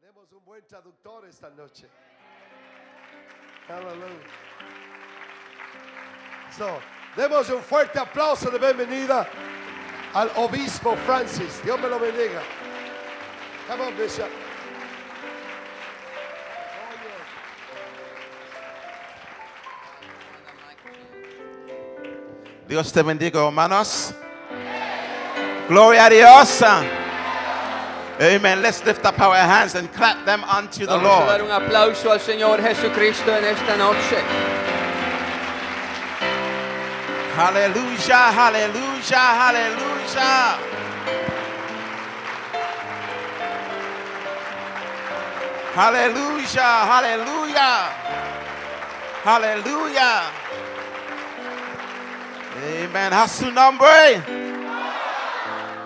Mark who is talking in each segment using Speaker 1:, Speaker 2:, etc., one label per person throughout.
Speaker 1: necesitamos un buen traductor esta noche. Hallelujah. So, demos un fuerte aplauso de bienvenida al obispo Francis. Dios me lo bendiga. Come on, Bishop.
Speaker 2: Dios te bendiga, hermanos. Glory a Dios. Amen. Let's lift up our hands and clap them unto the
Speaker 3: Vamos a dar
Speaker 2: Lord.
Speaker 3: un aplauso al Señor Jesucristo en esta noche.
Speaker 2: Hallelujah, hallelujah, hallelujah. Hallelujah, hallelujah. Hallelujah. Amen. How's your number?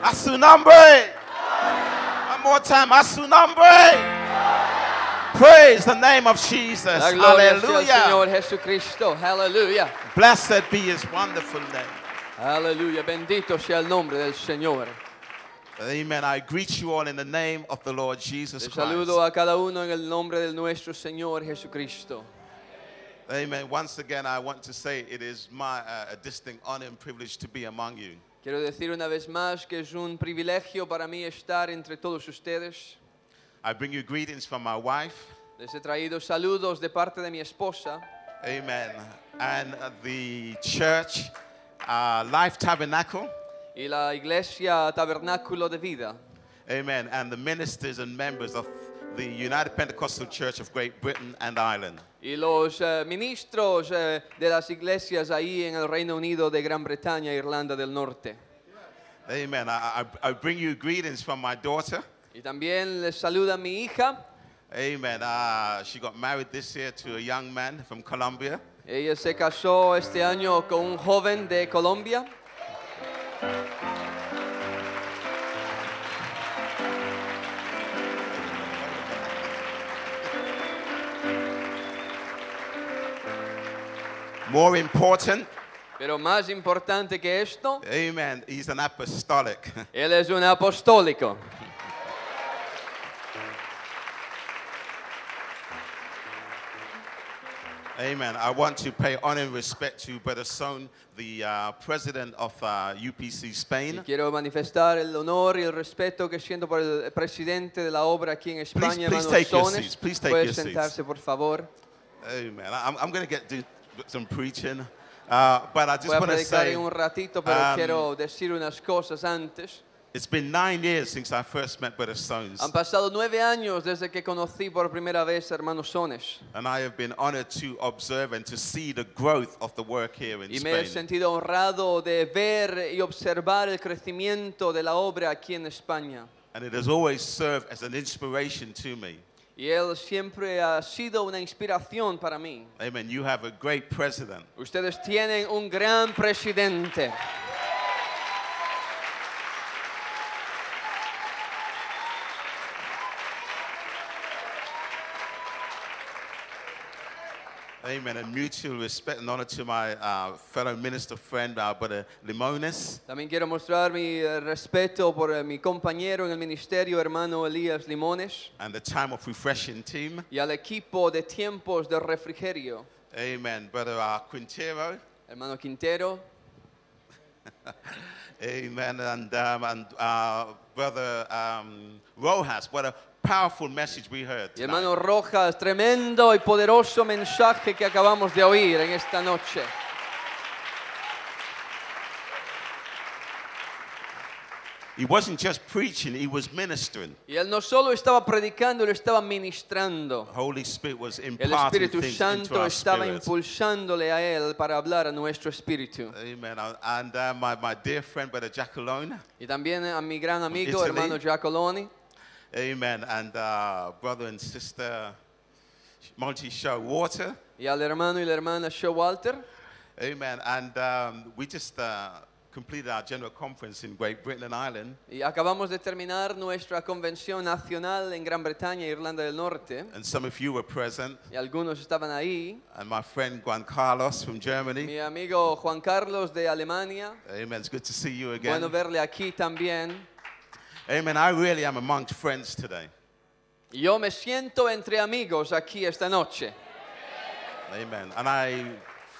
Speaker 2: How's your number? One more time. How's your number? Praise the name of Jesus.
Speaker 3: La gloria sea al
Speaker 2: Hallelujah.
Speaker 3: Señor Jesucristo. Aleluya.
Speaker 2: Blessed be his wonderful name.
Speaker 3: Aleluya. Bendito sea el nombre del Señor.
Speaker 2: Amen. I greet you all in the name of the Lord Jesus
Speaker 3: Les
Speaker 2: Christ.
Speaker 3: saludo a cada uno en el nombre de nuestro Señor Jesucristo.
Speaker 2: Amen. Once again, I want to say it is my uh, a distinct honor and privilege to be among you.
Speaker 3: Quiero decir una vez más que es un privilegio para mí estar entre todos ustedes.
Speaker 2: I bring you greetings from my wife.
Speaker 3: Les he traído saludos de parte de mi esposa
Speaker 2: Amen. And uh, the church, uh, Life Tabernacle.
Speaker 3: y la iglesia Tabernáculo de Vida
Speaker 2: Amen. And the ministers and members of the United Pentecostal Church of Great Britain and Ireland.
Speaker 3: y los eh, ministros eh, de las iglesias ahí en el Reino Unido de Gran Bretaña e Irlanda del Norte.
Speaker 2: Amen. I, I, I bring you greetings from my daughter.
Speaker 3: Y también les saluda mi hija.
Speaker 2: Amen. Uh, she got married this year to a young man from Colombia.
Speaker 3: Ella se casó este año con un joven de Colombia.
Speaker 2: More important,
Speaker 3: Pero más importante que esto,
Speaker 2: amen, he's an apostolic.
Speaker 3: él es un apostólico.
Speaker 2: amen. I want to pay honor and respect to Brother Son, the uh, president of uh, UPC
Speaker 3: Y
Speaker 2: Spain.
Speaker 3: quiero manifestar el honor y el respeto que siento por el presidente de la obra aquí en España,
Speaker 2: please
Speaker 3: Manuel
Speaker 2: take your
Speaker 3: Sones.
Speaker 2: seats, please take
Speaker 3: Puede
Speaker 2: your seats.
Speaker 3: sentarse, por favor.
Speaker 2: Amen. I- I'm, I'm going to get do some preaching, uh, but I just
Speaker 3: Voy a
Speaker 2: want to
Speaker 3: predicar
Speaker 2: say
Speaker 3: en un ratito, pero
Speaker 2: um,
Speaker 3: quiero decir unas cosas antes.
Speaker 2: it's been nine years since I first met Brother Stones,
Speaker 3: Han pasado nueve años desde que conocí por primera vez a hermano Sones.
Speaker 2: and I have been honored to observe and to see the growth of the work here in
Speaker 3: Y me he
Speaker 2: Spain.
Speaker 3: sentido honrado de ver y observar el crecimiento de la obra aquí en España.
Speaker 2: And it has always served as an inspiration to me.
Speaker 3: Y él siempre ha sido una inspiración para mí.
Speaker 2: Amen. You have a great president.
Speaker 3: Ustedes tienen un gran presidente.
Speaker 2: Amen. And mutual respect and honor to my uh, fellow minister friend, uh, Brother Limones.
Speaker 3: También quiero mostrar mi eh, respeto por eh, mi compañero en el ministerio, hermano Elías Limones,
Speaker 2: And the time of refreshing team.
Speaker 3: y al equipo de tiempos de refrigerio,
Speaker 2: Amen. Brother uh, Quintero.
Speaker 3: hermano Quintero,
Speaker 2: Amen. And, um, and uh, Brother um, Rojas. What a powerful message we heard.
Speaker 3: y
Speaker 2: Tonight.
Speaker 3: hermano Rojas. Tremendo y poderoso mensaje que acabamos de oír en esta noche.
Speaker 2: He wasn't just preaching, he was ministering.
Speaker 3: Y él no solo estaba predicando, él estaba ministrando.
Speaker 2: The Holy Spirit was
Speaker 3: El
Speaker 2: imparting
Speaker 3: Espíritu
Speaker 2: things into
Speaker 3: Santo
Speaker 2: our
Speaker 3: estaba
Speaker 2: spirits.
Speaker 3: impulsándole a él para hablar a nuestro espíritu.
Speaker 2: Amen. Uh, And uh, my, my dear friend, Brother Jackalone.
Speaker 3: Y también a mi gran amigo,
Speaker 2: Italy.
Speaker 3: hermano Giacoloni,
Speaker 2: Amen. And uh, brother and sister Monty Show Water.
Speaker 3: y al hermano y la hermana Showalter.
Speaker 2: Amen. And um, we just uh, completed our general conference in Great Britain and Ireland.
Speaker 3: Y acabamos de terminar nuestra convención nacional en Gran Bretaña e Irlanda del Norte.
Speaker 2: And some of you were present.
Speaker 3: Y algunos estaban ahí.
Speaker 2: And my friend Juan Carlos from Germany.
Speaker 3: Mi amigo Juan Carlos de Alemania.
Speaker 2: Amen. It's good to see you again.
Speaker 3: Bueno verle aquí también.
Speaker 2: Amen. I really am amongst friends today.
Speaker 3: Yo me siento entre amigos aquí esta noche.
Speaker 2: Amen. And I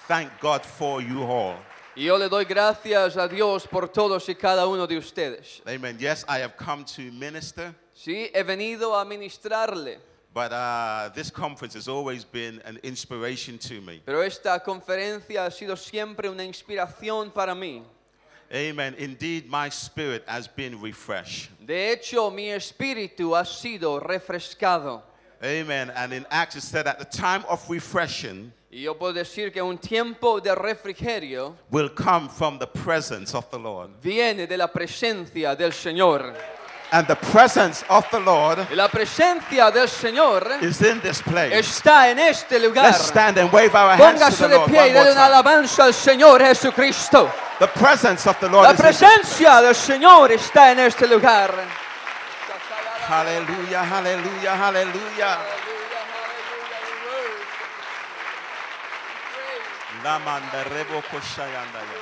Speaker 2: thank God for you all.
Speaker 3: Y yo le doy gracias a Dios por todos y cada uno de ustedes.
Speaker 2: Amen. Yes, I have come to minister,
Speaker 3: Sí, he venido a ministrarle,
Speaker 2: but uh, this conference has always been an inspiration to me.
Speaker 3: pero esta conferencia ha sido siempre una inspiración para mí.
Speaker 2: Amen. Indeed, my spirit has been refreshed.
Speaker 3: De hecho, mi espíritu ha sido refrescado.
Speaker 2: Amen. And in Acts it said, at the time of refreshing
Speaker 3: Y yo puedo decir que un tiempo de refrigerio
Speaker 2: will come from the presence of the Lord.
Speaker 3: viene de la presencia del Señor.
Speaker 2: And the presence of the Lord
Speaker 3: Y la presencia del Señor
Speaker 2: is in this place.
Speaker 3: está en este lugar.
Speaker 2: Let's stand and wave our hands to
Speaker 3: Póngase
Speaker 2: the
Speaker 3: de
Speaker 2: Lord
Speaker 3: pie y
Speaker 2: one more
Speaker 3: dale una
Speaker 2: time.
Speaker 3: alabanza al Señor Jesucristo.
Speaker 2: The presence of the
Speaker 3: La
Speaker 2: Lord is in this
Speaker 3: presencia del Señor está en este lugar.
Speaker 2: Hallelujah, hallelujah, hallelujah. Lamanda rebo koshayandaya.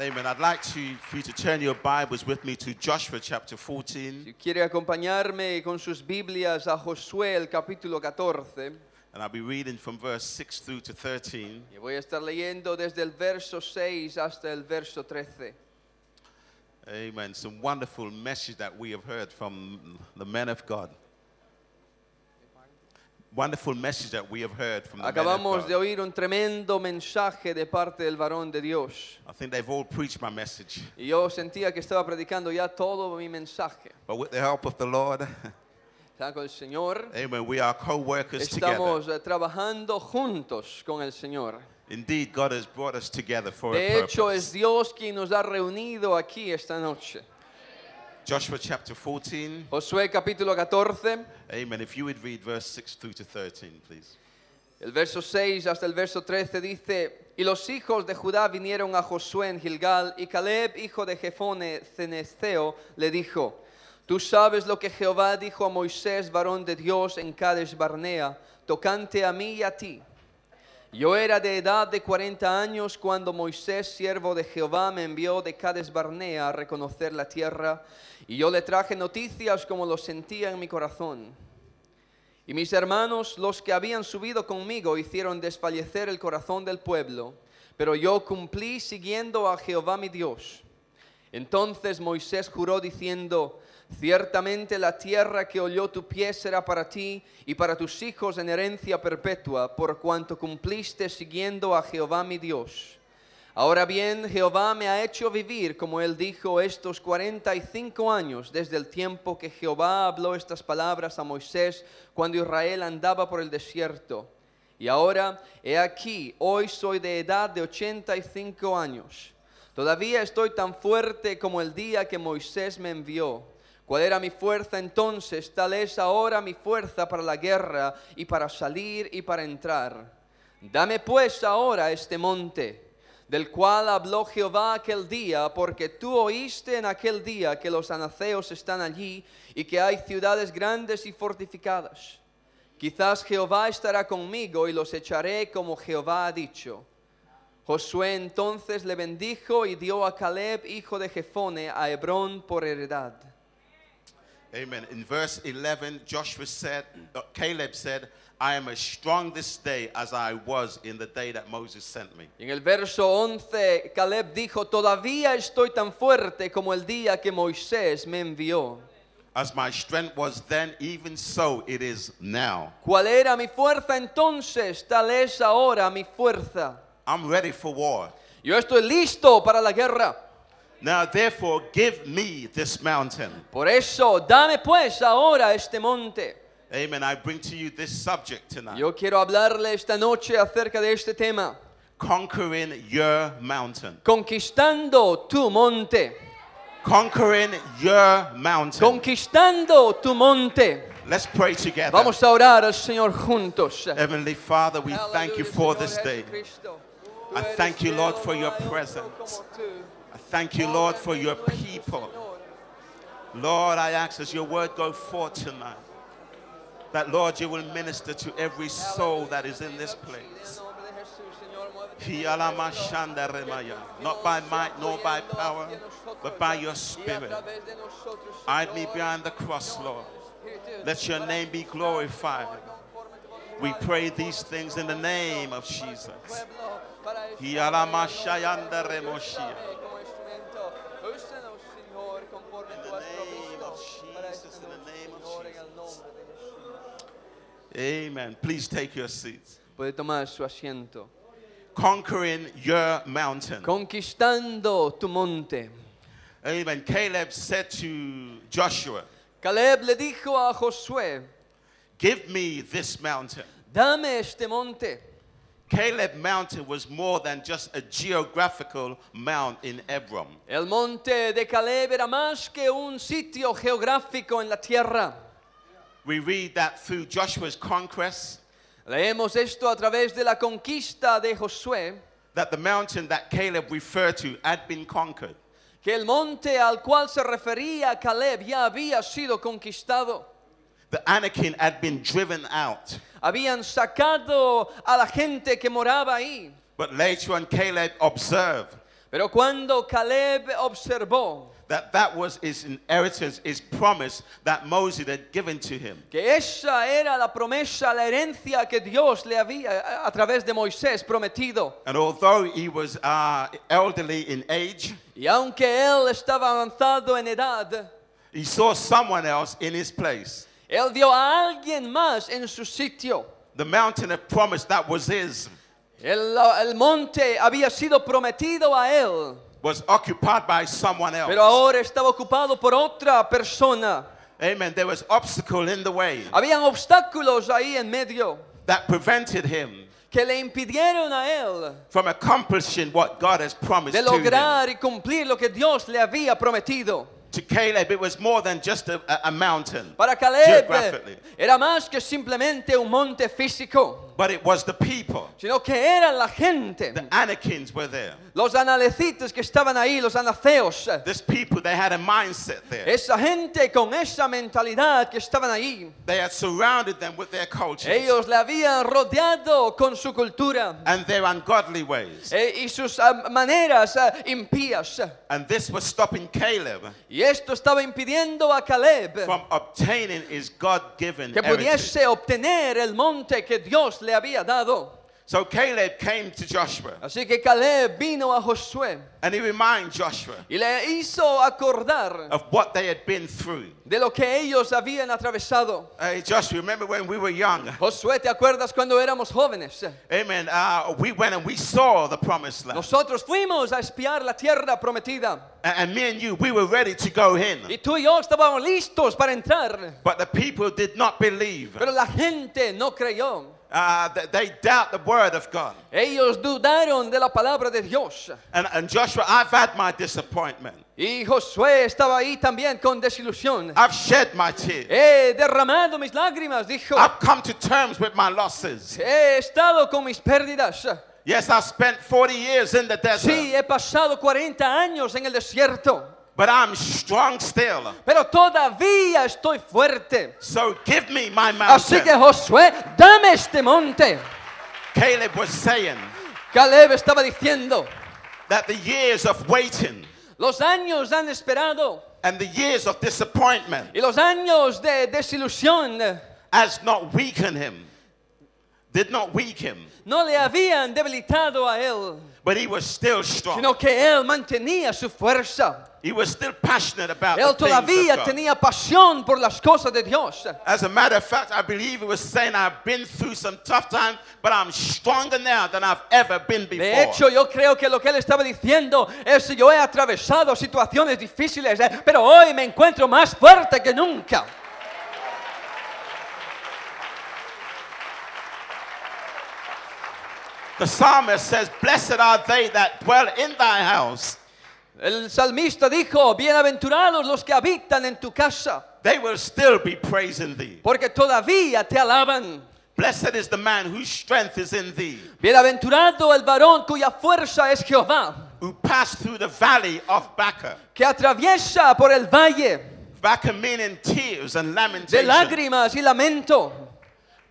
Speaker 2: Amen. I'd like to, for you to turn your Bibles with me to Joshua chapter 14,
Speaker 3: Si quiere acompañarme con sus Biblias a Josué el capítulo 14,
Speaker 2: and I'll be reading from verse 6 through to 13.
Speaker 3: y voy a estar leyendo desde el verso 6 hasta el verso 13.
Speaker 2: Amen. Some wonderful message that we have heard from the men of God. Wonderful message that we have heard from the men
Speaker 3: Acabamos
Speaker 2: of
Speaker 3: de
Speaker 2: God.
Speaker 3: oír un tremendo mensaje de parte del varón de Dios.
Speaker 2: I think they've all preached my message,
Speaker 3: Y yo sentía que estaba predicando ya todo mi mensaje.
Speaker 2: but with the help of the Lord,
Speaker 3: Está con el Señor.
Speaker 2: amen, we are co-workers together.
Speaker 3: Estamos eh, trabajando juntos con el Señor.
Speaker 2: Indeed, God has brought us together for a
Speaker 3: De
Speaker 2: purpose.
Speaker 3: hecho, es Dios quien nos ha reunido aquí esta noche.
Speaker 2: Joshua chapter 14.
Speaker 3: Josué capítulo 14,
Speaker 2: Amen. If you would read verse 6 through to 13, please.
Speaker 3: el verso 6 hasta el verso 13 dice, y los hijos de Judá vinieron a Josué en Gilgal, y Caleb, hijo de Jefone Cenesteo, le dijo, tú sabes lo que Jehová dijo a Moisés, varón de Dios, en Cades Barnea, tocante a mí y a ti. Yo era de edad de 40 años cuando Moisés, siervo de Jehová, me envió de Cades Barnea a reconocer la tierra, y yo le traje noticias como lo sentía en mi corazón. Y mis hermanos, los que habían subido conmigo, hicieron desfallecer el corazón del pueblo, pero yo cumplí siguiendo a Jehová mi Dios. Entonces Moisés juró diciendo, ciertamente la tierra que oyó tu pie será para ti y para tus hijos en herencia perpetua, por cuanto cumpliste siguiendo a Jehová mi Dios. Ahora bien, Jehová me ha hecho vivir, como él dijo, estos 45 años desde el tiempo que Jehová habló estas palabras a Moisés cuando Israel andaba por el desierto. Y ahora, he aquí, hoy soy de edad de 85 años. Todavía estoy tan fuerte como el día que Moisés me envió. ¿Cuál era mi fuerza entonces? Tal es ahora mi fuerza para la guerra y para salir y para entrar. Dame pues ahora este monte, del cual habló Jehová aquel día, porque tú oíste en aquel día que los anaceos están allí y que hay ciudades grandes y fortificadas. Quizás Jehová estará conmigo y los echaré como Jehová ha dicho. Josué entonces le bendijo y dio a Caleb, hijo de Jefone, a Hebrón por heredad.
Speaker 2: Amen. In verse 11, Joshua said, uh, Caleb said, I am as strong this day as I was in the day that Moses sent me.
Speaker 3: En el verso 11, Caleb dijo, todavía estoy tan fuerte como el día que Moisés me envió.
Speaker 2: As my strength was then, even so it is now.
Speaker 3: ¿Cuál era mi fuerza entonces? Tal es ahora mi fuerza.
Speaker 2: I'm ready for war.
Speaker 3: Yo estoy listo para la guerra.
Speaker 2: Now, therefore, give me this mountain.
Speaker 3: Por eso, dame pues ahora este monte.
Speaker 2: Amen. I bring to you this subject tonight
Speaker 3: Yo quiero hablarle esta noche acerca de este tema.
Speaker 2: conquering your mountain.
Speaker 3: Conquistando tu monte.
Speaker 2: Conquering your mountain.
Speaker 3: Conquistando tu monte.
Speaker 2: Let's pray together.
Speaker 3: Vamos a orar al Señor juntos.
Speaker 2: Heavenly Father, we thank you for
Speaker 3: Aleluya,
Speaker 2: this
Speaker 3: Señor
Speaker 2: day.
Speaker 3: Jesucristo. Tú
Speaker 2: I
Speaker 3: eres
Speaker 2: thank you, Lord,
Speaker 3: fiel,
Speaker 2: for
Speaker 3: no
Speaker 2: your
Speaker 3: hay otro
Speaker 2: presence.
Speaker 3: como tú.
Speaker 2: I thank you, Lord, for your people. Lord, I ask as your word go forth tonight, that Lord, you will minister to every soul that is in this place. Hialamashandaremaya. Not by might nor by power, but by your spirit. Hide me behind the cross, Lord. Let your name be glorified. We pray these things in the name of Jesus. Hialamashayandaremoshia. name of
Speaker 3: este
Speaker 2: Jesus, in the name of Jesus. Amen. Please take your seats.
Speaker 3: Puede tomar su asiento.
Speaker 2: Conquering your mountain.
Speaker 3: Conquistando tu monte.
Speaker 2: Amen. Caleb said to Joshua,
Speaker 3: Caleb le dijo a Josué,
Speaker 2: Give me this mountain.
Speaker 3: dame este monte.
Speaker 2: Caleb Mountain was more than just a geographical mount in Hebron.
Speaker 3: El monte de Caleb era más que un sitio geográfico en la tierra.
Speaker 2: We read that through Joshua's conquest,
Speaker 3: Leemos esto a través de la conquista de Josué,
Speaker 2: that the mountain that Caleb referred to had been conquered.
Speaker 3: que el monte al cual se refería Caleb ya había sido conquistado.
Speaker 2: The Anakin had been driven out.
Speaker 3: Habían sacado a la gente que moraba ahí.
Speaker 2: But later on, Caleb observed
Speaker 3: Pero cuando Caleb observó
Speaker 2: that that was his inheritance, his promise that Moses had given to him.
Speaker 3: que esa era la promesa, la herencia que Dios le había a- a través de Moisés prometido.
Speaker 2: And although he was uh, elderly in age,
Speaker 3: Y aunque él estaba avanzado en edad,
Speaker 2: he saw someone else in his place.
Speaker 3: él vio a alguien más en su sitio.
Speaker 2: The mountain of promise that was his
Speaker 3: El, el monte había sido prometido a él,
Speaker 2: was occupied by someone else.
Speaker 3: pero ahora estaba ocupado por otra persona.
Speaker 2: Amen. There was obstacle in the way
Speaker 3: Habían obstáculos ahí en medio
Speaker 2: that prevented him
Speaker 3: que le impidieron a él
Speaker 2: from accomplishing what God has promised
Speaker 3: de
Speaker 2: to him.
Speaker 3: lograr y cumplir lo que Dios le había prometido.
Speaker 2: To Caleb, it was more than just a, a- a mountain,
Speaker 3: Para Caleb
Speaker 2: Geographically.
Speaker 3: eh, era más que simplemente un monte físico,
Speaker 2: but it was the people.
Speaker 3: sino que era la gente.
Speaker 2: The Anakins were there.
Speaker 3: Los analecitas que estaban ahí, los anaceos. eh,
Speaker 2: This people, they had a mindset there.
Speaker 3: Esa gente con esa mentalidad que estaban ahí.
Speaker 2: They had surrounded them with their cultures
Speaker 3: Ellos le habían rodeado con su cultura
Speaker 2: and their ungodly ways.
Speaker 3: eh, y sus ah, maneras ah, impías.
Speaker 2: And this was stopping Caleb
Speaker 3: Y esto estaba impidiendo a Caleb
Speaker 2: from obtaining his God given
Speaker 3: que pudiese obtener el monte que Dios le había dado.
Speaker 2: So Caleb came to Joshua
Speaker 3: Así que Caleb vino a Josué
Speaker 2: and he reminded Joshua
Speaker 3: y le hizo acordar
Speaker 2: of what they had been through.
Speaker 3: de lo que ellos habían atravesado.
Speaker 2: Hey, Joshua, remember when we were young?
Speaker 3: Josué, ¿te acuerdas cuando éramos jóvenes?
Speaker 2: Amen. Uh, we went and we saw the promised land.
Speaker 3: Nosotros fuimos a espiar la tierra prometida
Speaker 2: A- And me and you, we were ready to go in.
Speaker 3: y tú y yo estábamos listos para entrar,
Speaker 2: But the people did not believe.
Speaker 3: pero la gente no creyó.
Speaker 2: Uh, th- they doubt the word of God.
Speaker 3: Ellos dudaron de la palabra de Dios.
Speaker 2: And, and Joshua, I've had my disappointment.
Speaker 3: Y Josué estaba ahí también con desilusión.
Speaker 2: I've shed my tears.
Speaker 3: He derramado mis lágrimas, dijo.
Speaker 2: I've come to terms with my losses.
Speaker 3: He estado con mis pérdidas.
Speaker 2: Yes, I spent 40 years in the desert,
Speaker 3: Sí, he pasado 40 años en el desierto,
Speaker 2: but I'm strong still.
Speaker 3: pero todavía estoy fuerte.
Speaker 2: So give me my mountain.
Speaker 3: Así que Josué, dame este monte.
Speaker 2: Caleb was saying
Speaker 3: Caleb estaba diciendo,
Speaker 2: that the years of waiting
Speaker 3: los años han esperado
Speaker 2: and the years of disappointment
Speaker 3: y los años de desilusión
Speaker 2: has not weakened him, did not weaken him,
Speaker 3: no le habían debilitado a él.
Speaker 2: but he was still strong.
Speaker 3: sino que él mantenía su fuerza.
Speaker 2: he was still passionate about
Speaker 3: Él
Speaker 2: the Ah, things of
Speaker 3: todavía
Speaker 2: God.
Speaker 3: tenía pasión por las cosas de Dios.
Speaker 2: As a matter of fact, I believe he was saying, I've been through some tough times, but I'm stronger now than I've ever been before.
Speaker 3: De hecho, yo creo que lo que él estaba diciendo es, yo he atravesado situaciones difíciles, eh, pero hoy me encuentro más fuerte que nunca.
Speaker 2: the psalmist says, Blessed are they that dwell in thy house.
Speaker 3: El salmista dijo, bienaventurados los que habitan en tu casa,
Speaker 2: They will still be praising thee.
Speaker 3: porque todavía te alaban.
Speaker 2: Blessed is the man whose strength is in thee,
Speaker 3: Bienaventurado el varón cuya fuerza es Jehová,
Speaker 2: who passed through the valley of Baca.
Speaker 3: que atraviesa por el valle
Speaker 2: Baca meaning tears and
Speaker 3: de
Speaker 2: lamentation.
Speaker 3: lágrimas y lamento.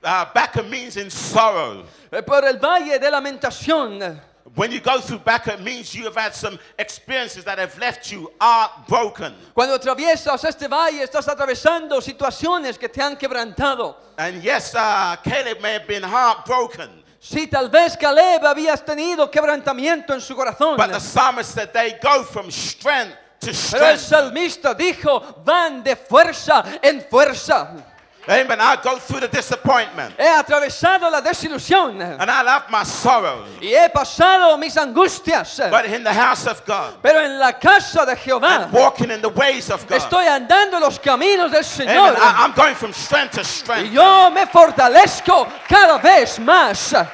Speaker 2: Uh, Baca means in sorrow.
Speaker 3: Eh, por el valle de lamentación.
Speaker 2: When you go through Baca, it means you have had some experiences that have left you heartbroken.
Speaker 3: Cuando atraviesas este valle, estás atravesando situaciones que te han quebrantado.
Speaker 2: And yes, uh, Caleb may have been heartbroken,
Speaker 3: Si tal vez Caleb habías tenido quebrantamiento en su corazón,
Speaker 2: but the psalmist said they go from strength to
Speaker 3: pero el
Speaker 2: strength.
Speaker 3: salmista dijo, van de fuerza en fuerza.
Speaker 2: Amen. I go through the disappointment,
Speaker 3: He atravesado la desilusión
Speaker 2: and I love my sorrow.
Speaker 3: y he pasado mis angustias,
Speaker 2: But in the house of God,
Speaker 3: pero en la casa de Jehová
Speaker 2: and walking in the ways of God,
Speaker 3: Ah. estoy andando en los caminos del Señor
Speaker 2: amen, I, am going from strength to
Speaker 3: y
Speaker 2: strength.
Speaker 3: yo me fortalezco cada vez más.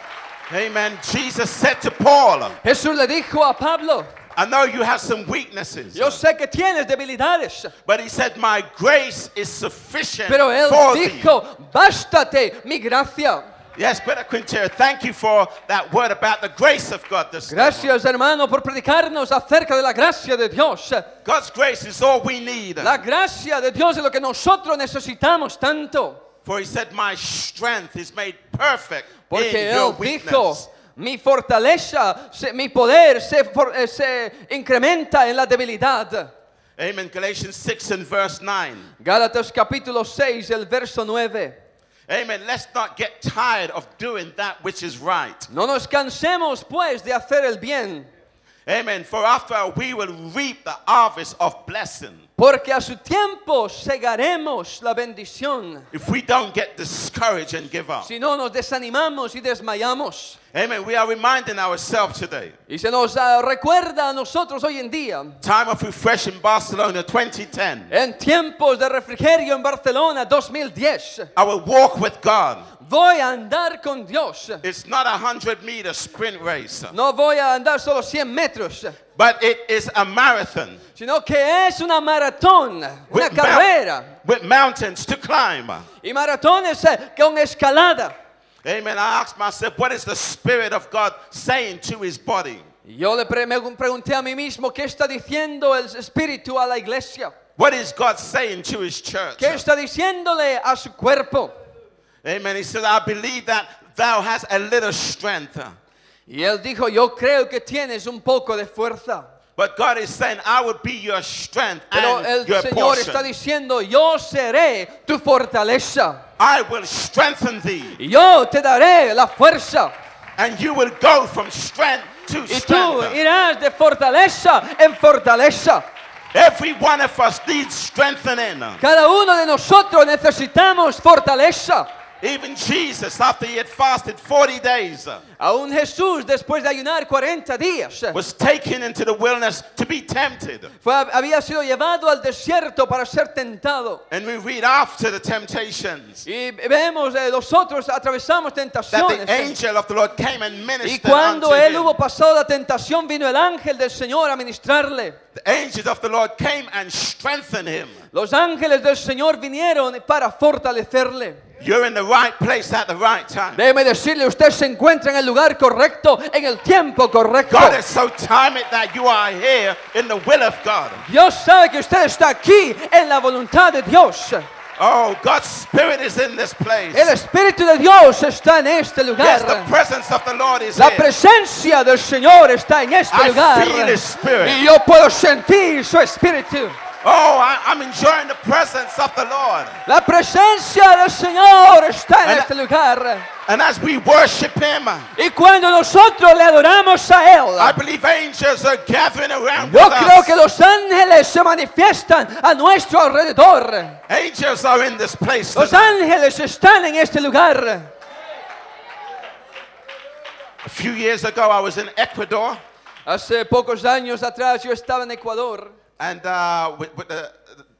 Speaker 2: Amen. Jesus said to Paul,
Speaker 3: Jesús le dijo a Pablo,
Speaker 2: I know you have some weaknesses,
Speaker 3: yo sé que tienes debilidades,
Speaker 2: but he said, My grace is sufficient
Speaker 3: pero él
Speaker 2: for thee.
Speaker 3: dijo, bástate mi gracia.
Speaker 2: Yes, Brother Quintero, thank you for that word about the grace of God this morning.
Speaker 3: Gracias hermano por predicarnos acerca de la gracia de Dios.
Speaker 2: God's grace is all we need.
Speaker 3: La gracia de Dios es lo que nosotros necesitamos tanto.
Speaker 2: For he said, My strength is made perfect
Speaker 3: Porque
Speaker 2: in your
Speaker 3: Él dijo,
Speaker 2: weakness.
Speaker 3: mi fortaleza, se- mi poder se, for- eh, se incrementa en la debilidad.
Speaker 2: Amen. Galatians 6 and verse 9.
Speaker 3: Gálatas capítulo 6, el verso 9.
Speaker 2: Amen. Let's not get tired of doing that which is right.
Speaker 3: No nos cansemos pues de hacer el bien,
Speaker 2: Amen. For after all, we will reap the harvest of blessing
Speaker 3: porque a su tiempo segaremos la bendición.
Speaker 2: if we don't get discouraged and give up.
Speaker 3: Si no nos desanimamos y desmayamos.
Speaker 2: Amen. We are reminding ourselves today.
Speaker 3: Y se nos ah, recuerda a nosotros hoy en día
Speaker 2: Time of refresh in Barcelona 2010.
Speaker 3: En tiempos de refrigerio en Barcelona 2010,
Speaker 2: Our walk with God.
Speaker 3: voy a andar con Dios.
Speaker 2: It's not a 100 meter sprint race,
Speaker 3: No voy a andar solo 100 metros,
Speaker 2: but it is a marathon
Speaker 3: sino que es una maratón, una
Speaker 2: mou-
Speaker 3: carrera.
Speaker 2: with mountains to climb.
Speaker 3: Y maratones eh, con escalada.
Speaker 2: Amen. I asked myself, what is the Spirit of God saying to his body?
Speaker 3: Yo le pre- me pregunté a mí mismo qué está diciendo el Espíritu a la iglesia.
Speaker 2: What is God saying to his church?
Speaker 3: ¿Qué está diciéndole a su cuerpo?
Speaker 2: Amen. He said, I believe that thou hast a little strength.
Speaker 3: Y él dijo, yo creo que tienes un poco de fuerza.
Speaker 2: But God is saying, I will be your strength
Speaker 3: Pero
Speaker 2: and
Speaker 3: el
Speaker 2: your
Speaker 3: Señor
Speaker 2: portion.
Speaker 3: está diciendo, yo seré tu fortaleza.
Speaker 2: I will strengthen thee,
Speaker 3: Y Yo te daré la fuerza
Speaker 2: and you will go from strength to
Speaker 3: y tú
Speaker 2: strength.
Speaker 3: irás de fortaleza en fortaleza.
Speaker 2: Every one of us needs strengthening.
Speaker 3: Cada uno de nosotros necesitamos fortaleza.
Speaker 2: Even Jesus, after he had fasted 40 days,
Speaker 3: Aún Jesús, después de ayunar 40 días,
Speaker 2: was taken into the wilderness to be tempted.
Speaker 3: fue- había sido llevado al desierto para ser tentado.
Speaker 2: And we read after the temptations
Speaker 3: Y vemos, eh, nosotros atravesamos
Speaker 2: that the
Speaker 3: tentaciones.
Speaker 2: angel of the Lord came and
Speaker 3: Y
Speaker 2: ministered
Speaker 3: cuando
Speaker 2: unto
Speaker 3: él
Speaker 2: him.
Speaker 3: hubo pasado la tentación, vino el ángel del Señor a ministrarle.
Speaker 2: The angels of the Lord came and strengthened him.
Speaker 3: Los ángeles del Señor vinieron para fortalecerle.
Speaker 2: You're in the right place at the right time.
Speaker 3: Déjeme decirle, usted se encuentra en el lugar correcto, en el tiempo correcto.
Speaker 2: God is so timing that you are here in the will of God.
Speaker 3: Dios sabe que usted está aquí en la voluntad de Dios.
Speaker 2: Oh, God's Spirit is in this place.
Speaker 3: El Espíritu de Dios está en este
Speaker 2: Yes, the
Speaker 3: lugar.
Speaker 2: presence of the Lord is
Speaker 3: La
Speaker 2: here.
Speaker 3: presencia del Señor está en este
Speaker 2: I
Speaker 3: lugar.
Speaker 2: feel His Spirit.
Speaker 3: Y yo puedo sentir su Espíritu.
Speaker 2: Oh, I, I'm enjoying the presence of the Lord.
Speaker 3: La presencia del Señor está en
Speaker 2: And-
Speaker 3: este lugar.
Speaker 2: And as we worship Him,
Speaker 3: Y cuando nosotros le adoramos a
Speaker 2: I
Speaker 3: Él,
Speaker 2: believe angels are gathering around
Speaker 3: yo
Speaker 2: with
Speaker 3: creo
Speaker 2: us.
Speaker 3: que los ángeles se manifiestan a nuestro alrededor.
Speaker 2: Angels are in this place.
Speaker 3: Los
Speaker 2: tonight.
Speaker 3: ángeles están en este lugar.
Speaker 2: A few years ago, I was in Ecuador,
Speaker 3: Hace pocos años atrás yo estaba en Ecuador
Speaker 2: and uh, with, with the,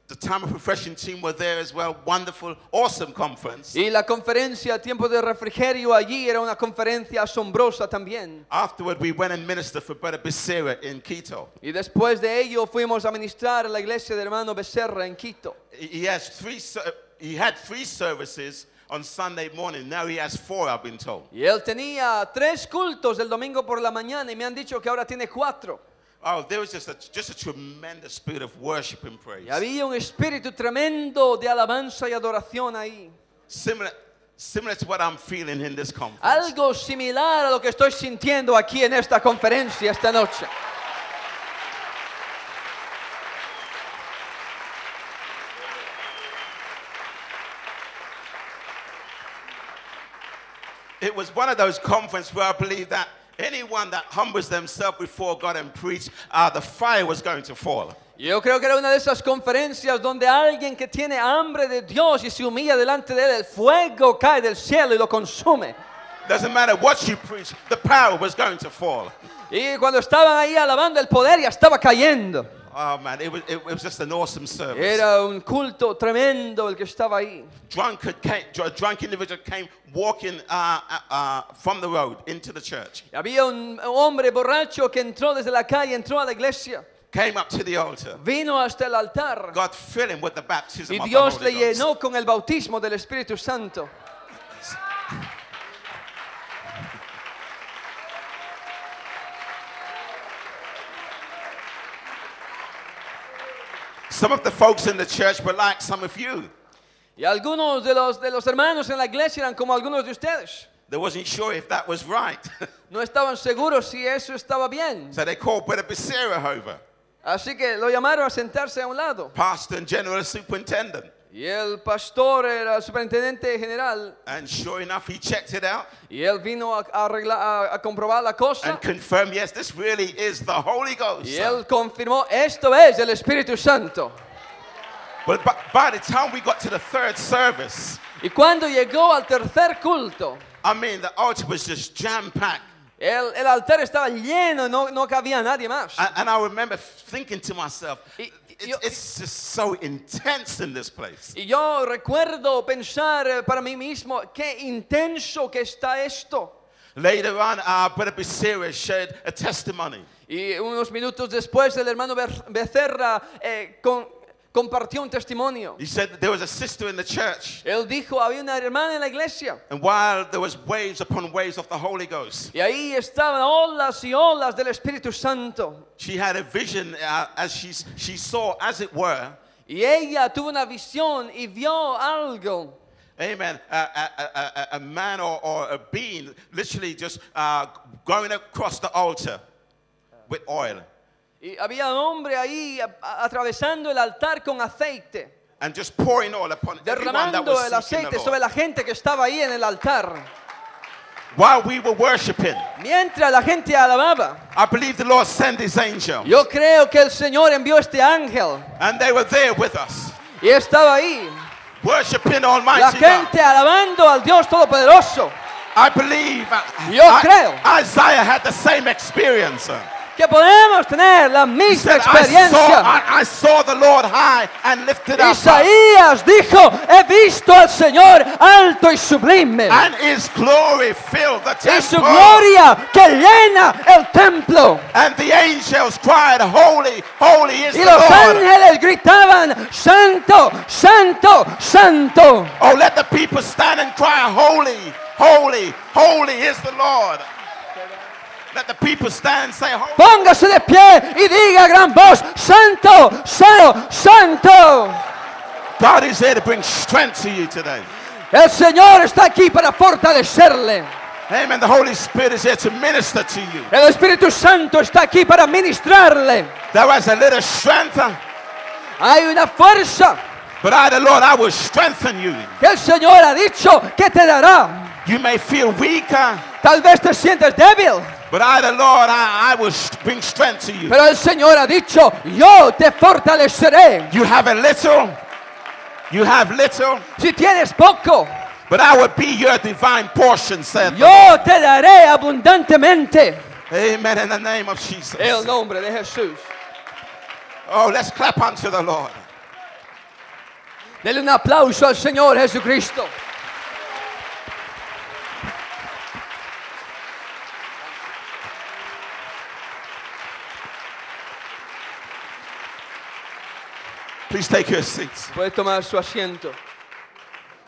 Speaker 2: the Time of Refreshing team were there as well. Wonderful, awesome conference.
Speaker 3: y la conferencia Tiempo de Refrigerio allí era una conferencia asombrosa también.
Speaker 2: Afterward, we went and ministered for Brother Becerra in Quito.
Speaker 3: Y después de ello fuimos a ministrar a la iglesia del hermano Becerra en Quito.
Speaker 2: He- He has three. ser- He had three services on Sunday morning. Now he has four. I've been told.
Speaker 3: Y él tenía tres cultos el domingo por la mañana y me han dicho que ahora tiene cuatro.
Speaker 2: Oh, there was just a just a tremendous spirit of worship and praise.
Speaker 3: Y había un espíritu tremendo de alabanza y adoración ahí.
Speaker 2: Similar Similar to what I'm feeling in this conference.
Speaker 3: Algo similar a lo que estoy sintiendo aquí en esta conferencia esta noche.
Speaker 2: It was one of those conferences where I believe that anyone that humbles themselves before God and preach, uh, the fire was going to fall.
Speaker 3: Yo creo que era una de esas conferencias donde alguien que tiene hambre de Dios y se humilla delante de él, el fuego cae del cielo y lo consume.
Speaker 2: Doesn't matter what you preach, the power was going to fall.
Speaker 3: Y cuando estaban ahí alabando el poder ya estaba cayendo.
Speaker 2: Oh man, it was, it, was just an awesome service.
Speaker 3: Era un culto tremendo el que estaba ahí.
Speaker 2: Drunk, had came, a drunk individual came walking uh, uh, uh, from the road into the church,
Speaker 3: Y Había un hombre borracho que entró desde la calle, entró a la iglesia,
Speaker 2: came up to the altar.
Speaker 3: vino hasta el altar
Speaker 2: God filled him with the baptism
Speaker 3: y
Speaker 2: of
Speaker 3: Dios
Speaker 2: the
Speaker 3: le
Speaker 2: Holy Ghost.
Speaker 3: llenó con el bautismo del Espíritu Santo.
Speaker 2: Some of the folks in the church were like some of you.
Speaker 3: Y algunos de los, de los hermanos en la iglesia eran como algunos de ustedes.
Speaker 2: They wasn't sure if that was right,
Speaker 3: No estaban seguros si eso estaba bien.
Speaker 2: so they called Brother Becerra over,
Speaker 3: Así que lo llamaron a sentarse a un lado.
Speaker 2: pastor and general superintendent.
Speaker 3: Y el pastor era el superintendente general.
Speaker 2: And sure enough, he checked it out
Speaker 3: Y él vino a, a arregla- a- a comprobar la cosa.
Speaker 2: and confirmed, yes, this really is the Holy Ghost.
Speaker 3: Y
Speaker 2: son.
Speaker 3: él confirmó, esto es el Espíritu Santo.
Speaker 2: But by, by the time we got to the third service,
Speaker 3: Y cuando llegó al tercer culto,
Speaker 2: I mean, the altar was just jam packed.
Speaker 3: el, el altar estaba lleno, no, no cabía nadie más.
Speaker 2: And, and I remember thinking to myself,
Speaker 3: Y-
Speaker 2: it's,
Speaker 3: yo-
Speaker 2: it's just so intense in this place.
Speaker 3: Y yo recuerdo pensar eh, para mí mismo, qué intenso que está esto.
Speaker 2: Later on, our brother Becerra shared a testimony.
Speaker 3: Y unos minutos después el hermano Ber- Becerra eh, con- compartió un testimonio.
Speaker 2: He said that there was a sister in the church,
Speaker 3: Él dijo, había una hermana en la iglesia.
Speaker 2: and while there was waves upon waves of the Holy Ghost,
Speaker 3: Y ahí estaban olas y olas del Espíritu Santo.
Speaker 2: she had a vision uh, as she, s- she saw, as it were,
Speaker 3: Y ella tuvo una visión y vio algo.
Speaker 2: Amen. A, a, a- a, a man or, or a being literally just uh, going across the altar with oil
Speaker 3: Y había un hombre ahí a- a- atravesando el altar con aceite,
Speaker 2: and just pouring oil upon everyone that
Speaker 3: derramando
Speaker 2: was
Speaker 3: el
Speaker 2: seeking
Speaker 3: aceite
Speaker 2: the
Speaker 3: sobre
Speaker 2: Lord.
Speaker 3: la gente que estaba ahí en el altar.
Speaker 2: While we were worshiping,
Speaker 3: Mientras la gente alababa,
Speaker 2: I believe the Lord sent his angel.
Speaker 3: yo creo que el Señor envió este ángel
Speaker 2: And they were there with us,
Speaker 3: y estaba ahí.
Speaker 2: worshiping
Speaker 3: La
Speaker 2: Almighty God.
Speaker 3: gente alabando al Dios Todopoderoso.
Speaker 2: I believe uh,
Speaker 3: Yo
Speaker 2: I-
Speaker 3: creo.
Speaker 2: Isaiah had the same experience. uh.
Speaker 3: Que podemos tener la
Speaker 2: He
Speaker 3: misma
Speaker 2: said, I saw,
Speaker 3: experiencia.
Speaker 2: I, I saw the Lord high and lifted up.
Speaker 3: Isaías dijo, he visto al Señor alto y sublime.
Speaker 2: And his glory filled the temple.
Speaker 3: Y su gloria que llena el templo.
Speaker 2: And the angels cried, Holy, holy is
Speaker 3: Y
Speaker 2: the
Speaker 3: los
Speaker 2: Lord.
Speaker 3: ángeles gritaban, santo, santo, santo.
Speaker 2: Oh, let the people stand and cry, Holy, holy, holy is the Lord. Let the people stand and say, Holy.
Speaker 3: Póngase de pie y diga a gran voz, santo, santo, santo.
Speaker 2: God is here to bring strength to you today.
Speaker 3: El Señor está aquí para fortalecerle.
Speaker 2: Amen. The Holy Spirit is here to minister to you.
Speaker 3: El Espíritu Santo está aquí para ministrarle.
Speaker 2: There was a little strength,
Speaker 3: Hay una fuerza
Speaker 2: but I, the Lord, I will strengthen you.
Speaker 3: que el Señor ha dicho que te dará.
Speaker 2: You may feel weaker,
Speaker 3: Tal vez te sientes débil,
Speaker 2: but I, the Lord, I, I will s- bring strength to you.
Speaker 3: pero el Señor ha dicho, yo te fortaleceré.
Speaker 2: You have a little, you have little,
Speaker 3: Si tienes poco,
Speaker 2: But I will be your divine portion, said the
Speaker 3: yo te daré abundantemente.
Speaker 2: Lord. Amen. In the name of Jesus.
Speaker 3: El nombre de Jesús.
Speaker 2: Oh, let's clap unto the Lord.
Speaker 3: Dele un aplauso al Señor Jesucristo.
Speaker 2: Please take your seats.
Speaker 3: Puede tomar su asiento.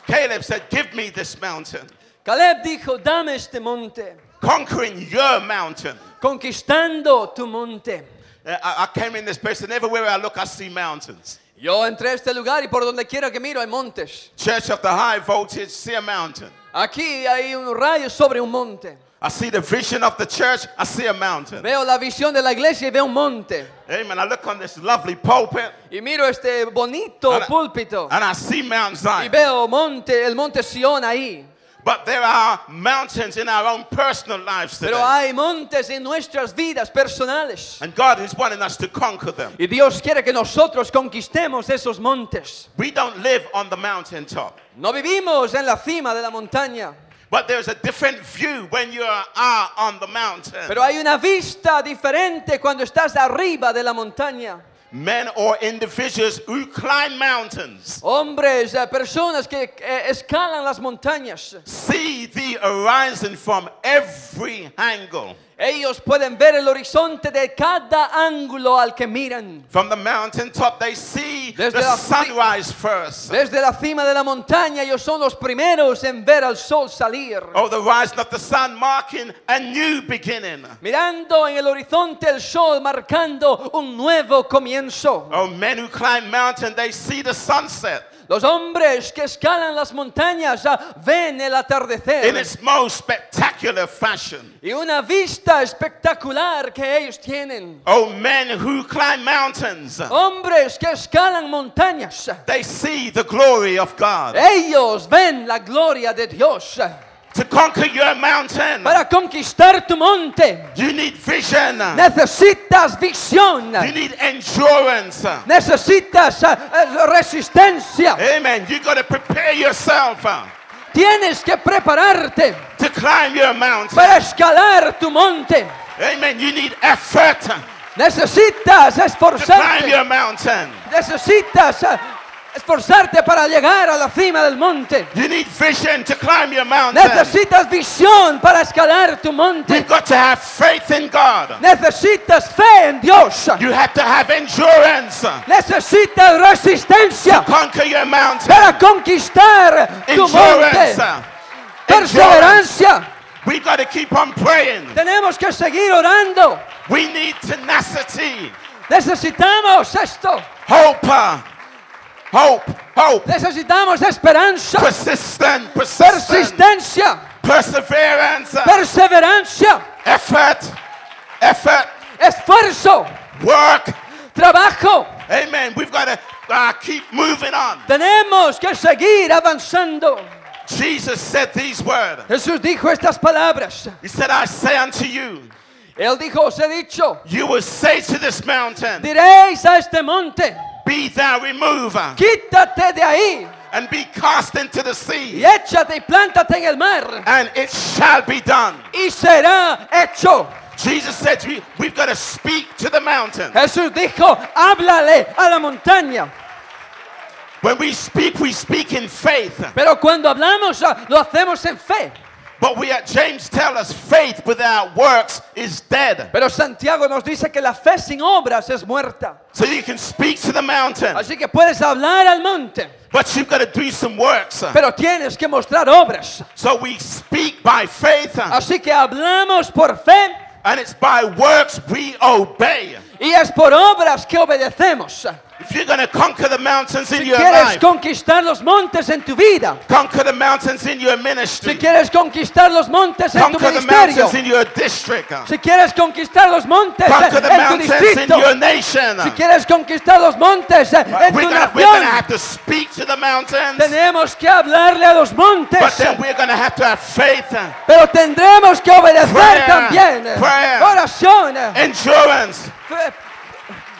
Speaker 2: Caleb said, Give me this mountain.
Speaker 3: Caleb dijo, dame este monte,
Speaker 2: Conquering your mountain.
Speaker 3: conquistando tu monte.
Speaker 2: Uh, I, I came in this place, and everywhere I look, I see mountains.
Speaker 3: Yo entré a este lugar y por donde quiera que miro hay montes.
Speaker 2: Church of the high voltage, see a mountain.
Speaker 3: Aquí hay un rayo sobre un monte.
Speaker 2: I see the vision of the church, I see a mountain.
Speaker 3: Veo la visión de la iglesia y veo un monte.
Speaker 2: Amen. I look on this lovely pulpit
Speaker 3: Y miro este bonito
Speaker 2: and I-
Speaker 3: púlpito
Speaker 2: and I see Mount
Speaker 3: y
Speaker 2: Zion.
Speaker 3: veo monte, el monte Sion ahí.
Speaker 2: But there are mountains in our own personal lives
Speaker 3: Pero
Speaker 2: today.
Speaker 3: hay montes en nuestras vidas personales.
Speaker 2: And God is wanting us to conquer them.
Speaker 3: Y Dios quiere que nosotros conquistemos esos montes.
Speaker 2: We don't live on the mountaintop.
Speaker 3: No vivimos en la cima de la montaña,
Speaker 2: But there's a different view when you are are on the mountain.
Speaker 3: pero hay una vista diferente cuando estás arriba de la montaña.
Speaker 2: Men or individuals who climb mountains
Speaker 3: Hombres, eh, personas que eh, escalan las montañas,
Speaker 2: see the horizon from every angle.
Speaker 3: ellos pueden ver el horizonte de cada ángulo al que miran.
Speaker 2: From the mountaintop, they see
Speaker 3: Desde
Speaker 2: the
Speaker 3: la-
Speaker 2: sunrise first.
Speaker 3: Desde la cima de la montaña ellos son los primeros en ver al sol salir.
Speaker 2: Oh, the rising of the sun marking a new beginning.
Speaker 3: Mirando en el horizonte el sol marcando un nuevo comienzo.
Speaker 2: Oh, men who climb mountain, they see the sunset
Speaker 3: Los hombres que escalan las montañas ah, ven el
Speaker 2: in
Speaker 3: atardecer
Speaker 2: its most spectacular fashion.
Speaker 3: y una vista espectacular que ellos tienen.
Speaker 2: Oh, men who climb mountains,
Speaker 3: Hombres que escalan montañas,
Speaker 2: they see the glory of God.
Speaker 3: Eh? ellos ven la gloria de Dios.
Speaker 2: To conquer your mountain,
Speaker 3: Para conquistar tu monte
Speaker 2: you need vision,
Speaker 3: necesitas visión,
Speaker 2: you need endurance.
Speaker 3: necesitas ah, eh, resistencia,
Speaker 2: Amen. You got to prepare yourself uh,
Speaker 3: tienes que prepararte
Speaker 2: to climb your mountain.
Speaker 3: para escalar tu monte.
Speaker 2: Amen. You need effort to
Speaker 3: Necesitas
Speaker 2: climb
Speaker 3: esforzarte.
Speaker 2: your mountain.
Speaker 3: Necesitas eh, esforzarte para llegar a la cima del monte.
Speaker 2: You need vision to climb your mountain.
Speaker 3: Necesitas visión para escalar tu
Speaker 2: We've
Speaker 3: monte.
Speaker 2: got to have faith in God.
Speaker 3: Necesitas fe en Dios.
Speaker 2: You have to have endurance. uh,
Speaker 3: Necesitas resistencia
Speaker 2: Conquer your mountain.
Speaker 3: para conquistar tu monte.
Speaker 2: Endurance. uh, Endurance.
Speaker 3: Perseverancia.
Speaker 2: We got to keep on praying.
Speaker 3: Tenemos que seguir orando.
Speaker 2: We need tenacity.
Speaker 3: Necesitamos esto.
Speaker 2: Hope. uh, Hope. Hope.
Speaker 3: Necesitamos esperanza.
Speaker 2: Pues, Persistent. Persistent.
Speaker 3: Persistencia.
Speaker 2: Perseverance. uh,
Speaker 3: Perseverancia.
Speaker 2: Effort. Effort.
Speaker 3: Esfuerzo.
Speaker 2: Work.
Speaker 3: Trabajo.
Speaker 2: Amen. We've got to uh, keep moving on.
Speaker 3: Tenemos que seguir avanzando.
Speaker 2: Jesus said these words.
Speaker 3: Jesús dijo estas palabras.
Speaker 2: He said, I say unto you,
Speaker 3: Él dijo, os he dicho,
Speaker 2: you will say to this mountain,
Speaker 3: diréis a este monte,
Speaker 2: Be thou removed, uh,
Speaker 3: quítate de ahí
Speaker 2: and be cast into the
Speaker 3: y
Speaker 2: sea,
Speaker 3: échate y plántate en el mar
Speaker 2: and it shall be done.
Speaker 3: y será hecho.
Speaker 2: Jesus said, we, We've got to speak to the mountain.
Speaker 3: Jesús dijo, háblale a la montaña.
Speaker 2: When we speak, we speak in faith.
Speaker 3: Pero cuando hablamos, ah, lo hacemos en fe.
Speaker 2: But we at James tell us faith without works is dead.
Speaker 3: Pero Santiago nos dice que la fe sin obras es muerta.
Speaker 2: So you can speak to the mountain,
Speaker 3: Así que puedes hablar al monte,
Speaker 2: but you've got to do some works.
Speaker 3: pero tienes que mostrar obras.
Speaker 2: So we speak by faith,
Speaker 3: Así que hablamos por fe
Speaker 2: and it's by works we obey.
Speaker 3: Y es por obras que obedecemos.
Speaker 2: If you're going to conquer the mountains in
Speaker 3: Si
Speaker 2: your
Speaker 3: quieres
Speaker 2: life,
Speaker 3: conquistar los montes en tu vida,
Speaker 2: conquer the mountains in your
Speaker 3: si
Speaker 2: ministry,
Speaker 3: quieres conquistar los montes en tu
Speaker 2: conquer the mountains in
Speaker 3: ministerio,
Speaker 2: your district,
Speaker 3: si quieres conquistar los montes
Speaker 2: conquer the
Speaker 3: eh, en tu
Speaker 2: mountains in
Speaker 3: distrito,
Speaker 2: your nation.
Speaker 3: si quieres conquistar los montes eh, en
Speaker 2: We're going
Speaker 3: tu
Speaker 2: to
Speaker 3: nación,
Speaker 2: have to speak to the mountains,
Speaker 3: tenemos que hablarle a los
Speaker 2: but uh,
Speaker 3: montes,
Speaker 2: then we're going to have to have faith,
Speaker 3: pero tendremos que obedecer
Speaker 2: Prayer,
Speaker 3: también. eh,
Speaker 2: prayer.
Speaker 3: Oración, eh,
Speaker 2: endurance,
Speaker 3: fe-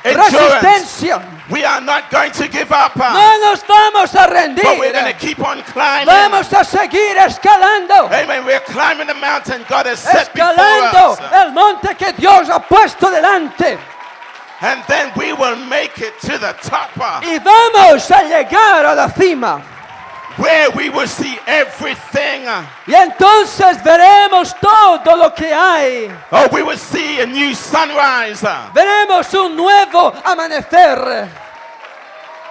Speaker 2: endurance.
Speaker 3: resistencia.
Speaker 2: We are not going to give up,
Speaker 3: No nos vamos a
Speaker 2: but we're
Speaker 3: rendir.
Speaker 2: going to keep on climbing.
Speaker 3: Vamos a seguir escalando.
Speaker 2: Amen. We're climbing the mountain God has set before
Speaker 3: escalando
Speaker 2: us,
Speaker 3: el monte que Dios ha puesto delante
Speaker 2: and then we will make it to the top.
Speaker 3: y vamos a llegar a la cima
Speaker 2: where we will see everything.
Speaker 3: y entonces veremos todo lo que hay.
Speaker 2: Oh, we will see a new sunrise.
Speaker 3: Veremos un nuevo amanecer.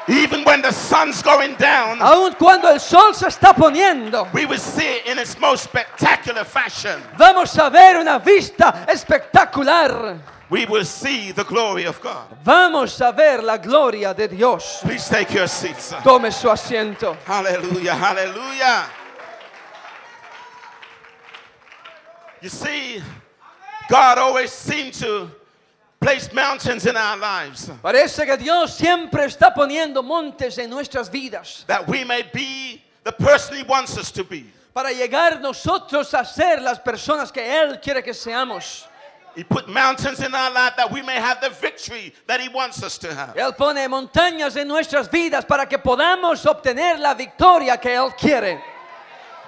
Speaker 2: Even when the sun's going down,
Speaker 3: Aun cuando el sol se está poniendo,
Speaker 2: we will see it in its most spectacular fashion.
Speaker 3: vamos a ver una vista espectacular.
Speaker 2: we will see the glory of God.
Speaker 3: Vamos a ver la gloria de Dios.
Speaker 2: Please take your seats.
Speaker 3: Tome su asiento.
Speaker 2: Hallelujah, hallelujah. You see, God always seems to place mountains in our lives
Speaker 3: Parece que Dios siempre está poniendo montes en nuestras vidas
Speaker 2: that we may be the person He wants us to be.
Speaker 3: para llegar nosotros a ser las personas que Él quiere que seamos.
Speaker 2: He put mountains in our life that we may have the victory that He wants us to have.
Speaker 3: Él pone montañas en nuestras vidas para que podamos obtener la victoria que Él quiere.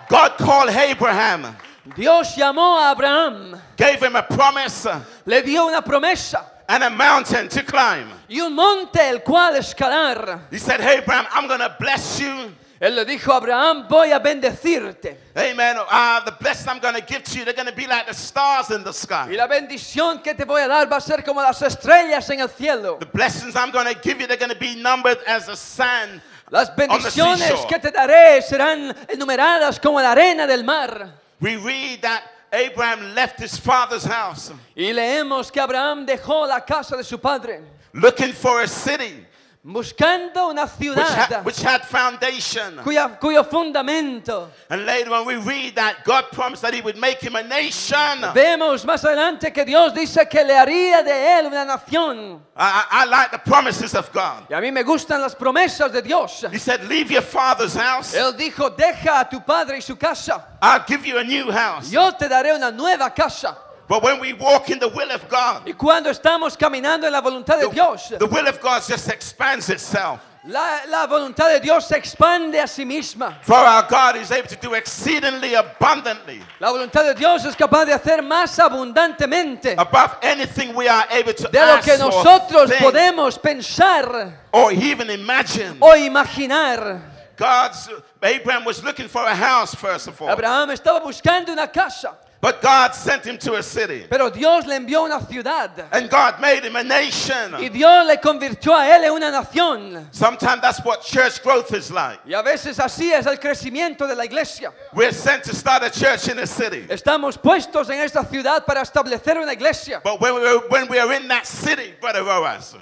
Speaker 2: God called Abraham,
Speaker 3: Dios llamó a Abraham,
Speaker 2: gave him a promise uh,
Speaker 3: le dio una promesa
Speaker 2: and a mountain to climb.
Speaker 3: y un monte el cual escalar.
Speaker 2: He said, Hey, Abraham, I'm going to bless you.
Speaker 3: Él le dijo a Abraham, voy a bendecirte.
Speaker 2: Amen. Ah, the blessing I'm going to give to you, they're going to be like the stars in the
Speaker 3: Y
Speaker 2: sky.
Speaker 3: la bendición que te voy a dar va a ser como las estrellas en el cielo.
Speaker 2: The blessings I'm going to give you, they're going to be numbered as the sand.
Speaker 3: Las bendiciones
Speaker 2: seashore.
Speaker 3: que te daré serán enumeradas como la arena del mar.
Speaker 2: We read that Abraham left his father's house
Speaker 3: Y leemos que Abraham dejó la casa de su padre
Speaker 2: looking for a city
Speaker 3: buscando una
Speaker 2: which, ha-
Speaker 3: ciudad
Speaker 2: which had foundation.
Speaker 3: cuya- cuyo fundamento.
Speaker 2: And later on, we read that God promised that he would make him a nation. I,
Speaker 3: Vemos más adelante que Dios dice que le haría de él una nación.
Speaker 2: I, I like the promises of God.
Speaker 3: Y a mí me gustan las promesas de Dios.
Speaker 2: He said, Leave your father's house.
Speaker 3: Él dijo, deja a tu padre y su casa.
Speaker 2: I'll give you a new house.
Speaker 3: Yo te daré una nueva casa.
Speaker 2: But when we walk in the will of God,
Speaker 3: Y cuando estamos caminando en la voluntad de Dios,
Speaker 2: the will of God just expands itself.
Speaker 3: la, la voluntad de Dios se expande a sí misma.
Speaker 2: For our God is able to do exceedingly abundantly
Speaker 3: La voluntad de Dios es capaz de hacer más abundantemente
Speaker 2: above anything we are able to
Speaker 3: de lo
Speaker 2: ask
Speaker 3: que
Speaker 2: or
Speaker 3: nosotros
Speaker 2: think
Speaker 3: podemos pensar
Speaker 2: or even imagine.
Speaker 3: o imaginar.
Speaker 2: God's Abraham was looking for a house first of all,
Speaker 3: Abraham estaba buscando una casa,
Speaker 2: but God sent him to a city,
Speaker 3: pero Dios le envió una ciudad.
Speaker 2: and God made him a
Speaker 3: Y
Speaker 2: nation.
Speaker 3: Dios le convirtió a él en una nación.
Speaker 2: Sometimes that's what church growth is like.
Speaker 3: Y a veces así es el crecimiento de la iglesia.
Speaker 2: We're sent to start a church in a city,
Speaker 3: Estamos puestos en esta ciudad para establecer una iglesia.
Speaker 2: but when we are, when we are in that city, brother Roas,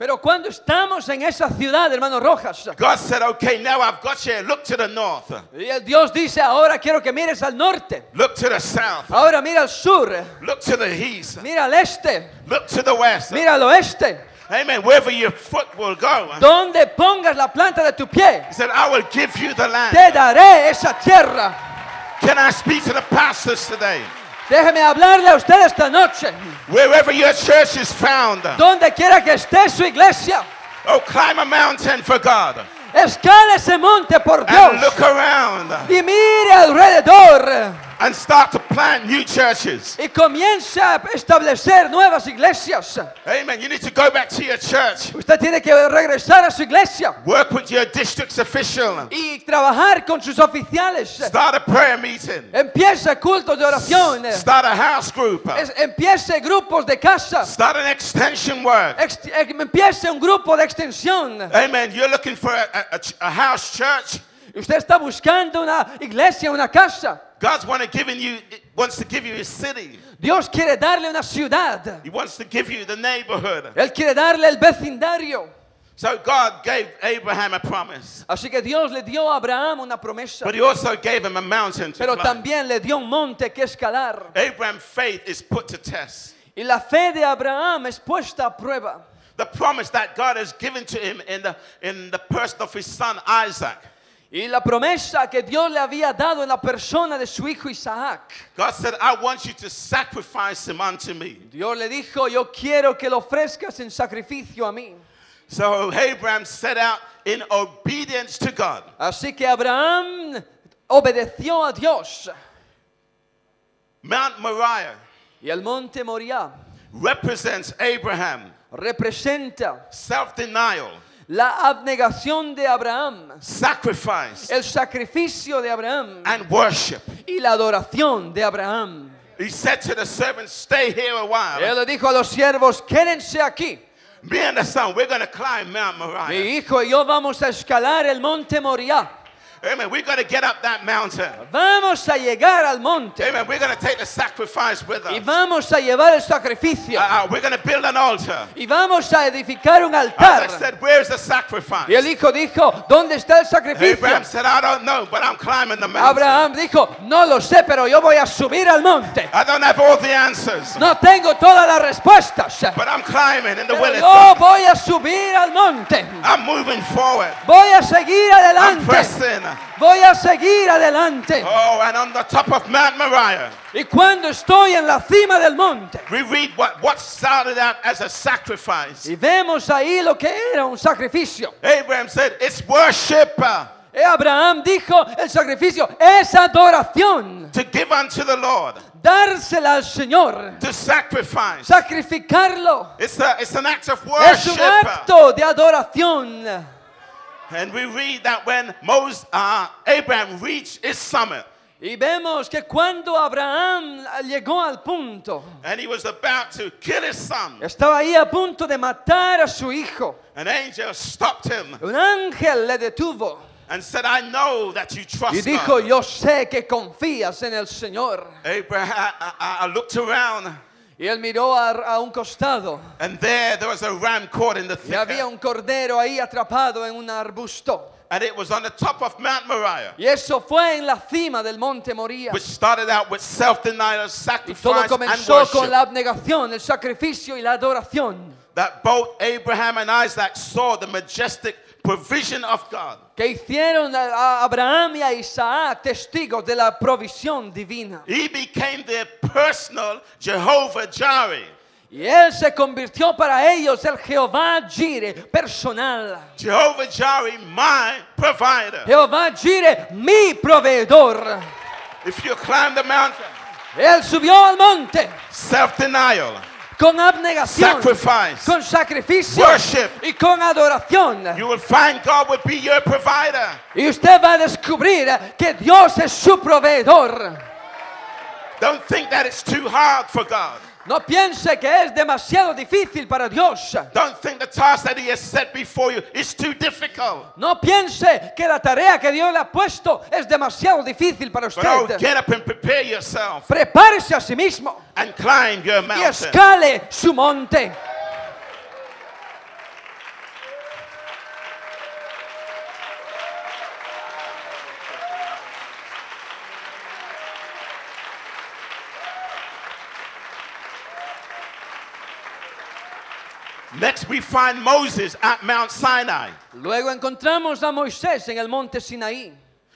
Speaker 3: Pero cuando estamos en esa ciudad, hermano Rojas,
Speaker 2: God said, "Okay, now I've got you. Look to the north,
Speaker 3: y el Dios dice, ahora quiero que mires al norte,
Speaker 2: look to the south,
Speaker 3: ahora mira al sur,
Speaker 2: look to the east,
Speaker 3: mira al este,
Speaker 2: look to the west."
Speaker 3: mira al oeste.
Speaker 2: Amen. Wherever your foot will go,
Speaker 3: Donde pongas la planta de tu pie,
Speaker 2: He said, "I will give you the
Speaker 3: te
Speaker 2: land."
Speaker 3: daré esa tierra.
Speaker 2: Can I speak to the pastors today?
Speaker 3: Déjeme hablarle a usted esta noche.
Speaker 2: Wherever your church is found,
Speaker 3: Donde quiera que esté su iglesia,
Speaker 2: oh, climb a mountain for God
Speaker 3: escala ese monte por
Speaker 2: and
Speaker 3: Dios.
Speaker 2: look around
Speaker 3: y mire alrededor
Speaker 2: and start to plant new churches.
Speaker 3: y comienza a establecer nuevas iglesias.
Speaker 2: Amen. You need to go back to your church,
Speaker 3: Usted tiene que regresar a su iglesia
Speaker 2: work with your district's official,
Speaker 3: y trabajar con sus oficiales.
Speaker 2: start a prayer meeting,
Speaker 3: Empieza cultos de oración,
Speaker 2: start a house group,
Speaker 3: Es- empiece grupos de casa,
Speaker 2: start an extension work.
Speaker 3: Ext- eh, empiece un grupo de extensión.
Speaker 2: Amen. You're looking for a, a- a ch- a house church.
Speaker 3: Usted está buscando una iglesia, una casa.
Speaker 2: God's want to giving you wants to give you His city.
Speaker 3: Dios quiere darle una ciudad.
Speaker 2: He wants to give you the neighborhood.
Speaker 3: Él quiere darle el vecindario.
Speaker 2: So God gave Abraham a promise,
Speaker 3: Así que Dios le dio a Abraham una promesa,
Speaker 2: but He also gave him a mountain to
Speaker 3: pero
Speaker 2: climb.
Speaker 3: también le dio un monte que escalar.
Speaker 2: Abraham's faith is put to test.
Speaker 3: Y la fe de Abraham es puesta a prueba.
Speaker 2: The promise that God has given to him in the, in the person of his son Isaac.
Speaker 3: Y la promesa que Dios le había dado en la persona de su hijo Isaac.
Speaker 2: God said, I want you to sacrifice him unto me.
Speaker 3: Dios le dijo, yo quiero que lo ofrezcas en sacrificio a mí.
Speaker 2: So Abraham set out in obedience to God.
Speaker 3: Así que Abraham obedeció a Dios.
Speaker 2: Mount Moriah
Speaker 3: Y el monte Moriah
Speaker 2: represents Abraham,
Speaker 3: representa
Speaker 2: self denial,
Speaker 3: la abnegación de Abraham,
Speaker 2: sacrifice,
Speaker 3: el sacrificio de Abraham
Speaker 2: and worship.
Speaker 3: y la adoración de Abraham.
Speaker 2: He said to the servants, Stay here a while.
Speaker 3: Él le dijo a los siervos, quédense aquí.
Speaker 2: Me and the son, we're going to climb Mount
Speaker 3: Mi
Speaker 2: Moriah.
Speaker 3: hijo y yo vamos a escalar el monte Moriah.
Speaker 2: Amen. We're going to get up that mountain.
Speaker 3: Vamos a llegar al monte
Speaker 2: Amen. We're going to take the sacrifice with
Speaker 3: y
Speaker 2: us.
Speaker 3: vamos a llevar el sacrificio
Speaker 2: Uh, uh, we're going to build an altar.
Speaker 3: y vamos a edificar un
Speaker 2: Isaac
Speaker 3: altar.
Speaker 2: said, Where's the sacrifice?
Speaker 3: Y el hijo dijo, ¿dónde está el
Speaker 2: Abraham
Speaker 3: sacrificio?
Speaker 2: said, I don't know, but I'm climbing the mountain.
Speaker 3: Abraham dijo, no lo sé, pero yo voy a subir al monte.
Speaker 2: I don't have all the answers,
Speaker 3: No tengo todas las respuestas,
Speaker 2: but I'm climbing in the will
Speaker 3: pero
Speaker 2: of God.
Speaker 3: yo voy a subir al monte.
Speaker 2: I'm moving forward.
Speaker 3: Voy a seguir
Speaker 2: I'm
Speaker 3: adelante.
Speaker 2: pressing.
Speaker 3: Voy a seguir adelante.
Speaker 2: Oh, and on the top of Mount Moriah,
Speaker 3: Y cuando estoy en la cima del monte
Speaker 2: we read what, what started out as a sacrifice.
Speaker 3: y vemos ahí lo que era un sacrificio.
Speaker 2: Abraham said, It's worship uh,
Speaker 3: Eh, Abraham dijo, el sacrificio es adoración,
Speaker 2: to give unto the Lord,
Speaker 3: dársela al Señor,
Speaker 2: to sacrifice.
Speaker 3: sacrificarlo.
Speaker 2: It's, a, it's an act of
Speaker 3: Es un
Speaker 2: worship.
Speaker 3: acto de adoración.
Speaker 2: And we read that when Moses, uh, Abraham reached his summit,
Speaker 3: Y vemos que cuando Abraham llegó al punto,
Speaker 2: and he was about to kill his son,
Speaker 3: estaba ahí a punto de matar a su hijo.
Speaker 2: an angel stopped him
Speaker 3: Un ángel le detuvo
Speaker 2: and said, I know that you
Speaker 3: y
Speaker 2: trust
Speaker 3: dijo,
Speaker 2: God.
Speaker 3: yo sé que confías en el Señor.
Speaker 2: Abraham, I, I, I looked around,
Speaker 3: Y él miró a, a un costado
Speaker 2: and there there was a ram caught in the
Speaker 3: y había
Speaker 2: thicket,
Speaker 3: un cordero ahí atrapado en un arbusto.
Speaker 2: and it was on the top of Mount Moriah,
Speaker 3: Y eso fue en la cima del monte Moría.
Speaker 2: which started out with self-denial,
Speaker 3: Y todo
Speaker 2: sacrifice, and
Speaker 3: comenzó con
Speaker 2: worship.
Speaker 3: la abnegación, el sacrificio y la adoración.
Speaker 2: That both Abraham and Isaac saw the majestic provision of God.
Speaker 3: Que hicieron a a Abraham y a Isaac testigos de la provisión divina.
Speaker 2: He became their personal Jehovah Jireh.
Speaker 3: Y él se convirtió para ellos el Jehová Jireh personal.
Speaker 2: Jehovah Jireh, my provider.
Speaker 3: Jehová Jireh, mi proveedor.
Speaker 2: If you climb the mountain,
Speaker 3: Él subió al monte
Speaker 2: self-denial,
Speaker 3: con abnegación,
Speaker 2: sacrifice,
Speaker 3: con sacrificio
Speaker 2: Worship.
Speaker 3: y con adoración.
Speaker 2: you will find God will be your provider.
Speaker 3: Y usted va a descubrir que Dios es su proveedor.
Speaker 2: Don't think that it's too hard for God.
Speaker 3: No piense que es demasiado difícil para Dios.
Speaker 2: Don't think the task that He has set before you is too difficult.
Speaker 3: No piense que la tarea que Dios le ha puesto es demasiado difícil para
Speaker 2: But oh,
Speaker 3: usted.
Speaker 2: get up and prepare yourself
Speaker 3: Prepárese a sí mismo
Speaker 2: and climb your
Speaker 3: y
Speaker 2: mountain.
Speaker 3: escale su monte.
Speaker 2: Next, we find Moses at Mount Sinai.
Speaker 3: Luego encontramos a Moisés en el monte Sinaí.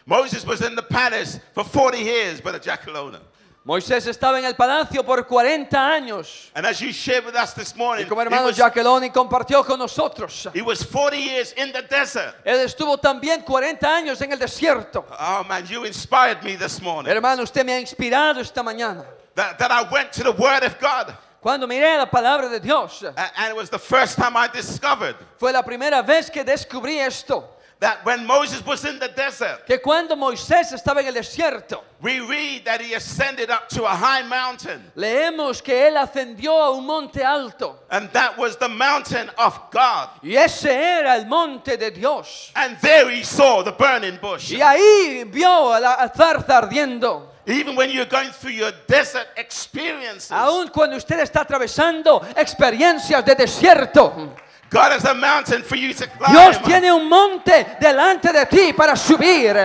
Speaker 2: Moses was in the palace for 40 years, Brother Jackalona.
Speaker 3: Moisés estaba en el palacio por 40 años.
Speaker 2: And as you shared with us this morning,
Speaker 3: Y como
Speaker 2: he
Speaker 3: hermano
Speaker 2: was,
Speaker 3: Jacqueloni compartió con nosotros,
Speaker 2: he was 40 years in the desert.
Speaker 3: él estuvo también 40 años en el desierto.
Speaker 2: Oh man, you inspired me this morning
Speaker 3: Hermano, usted me ha inspirado esta mañana.
Speaker 2: that, that I went to the Word of God.
Speaker 3: Cuando miré la palabra de Dios,
Speaker 2: A- And it was the first time I discovered
Speaker 3: Fue la primera vez que descubrí esto,
Speaker 2: that when Moses was in the desert,
Speaker 3: que cuando Moisés estaba en el desierto,
Speaker 2: we read that he ascended up to a high mountain.
Speaker 3: leemos que él ascendió a un monte alto
Speaker 2: And that was the mountain of God.
Speaker 3: y ese era el monte de Dios.
Speaker 2: And there he saw the burning bush.
Speaker 3: Y ahí vio a la zarza ardiendo.
Speaker 2: Even when you're going through your desert experiences,
Speaker 3: Aun cuando usted está atravesando experiencias de desierto,
Speaker 2: God has a mountain for you to climb.
Speaker 3: Dios tiene un monte delante de ti para subir.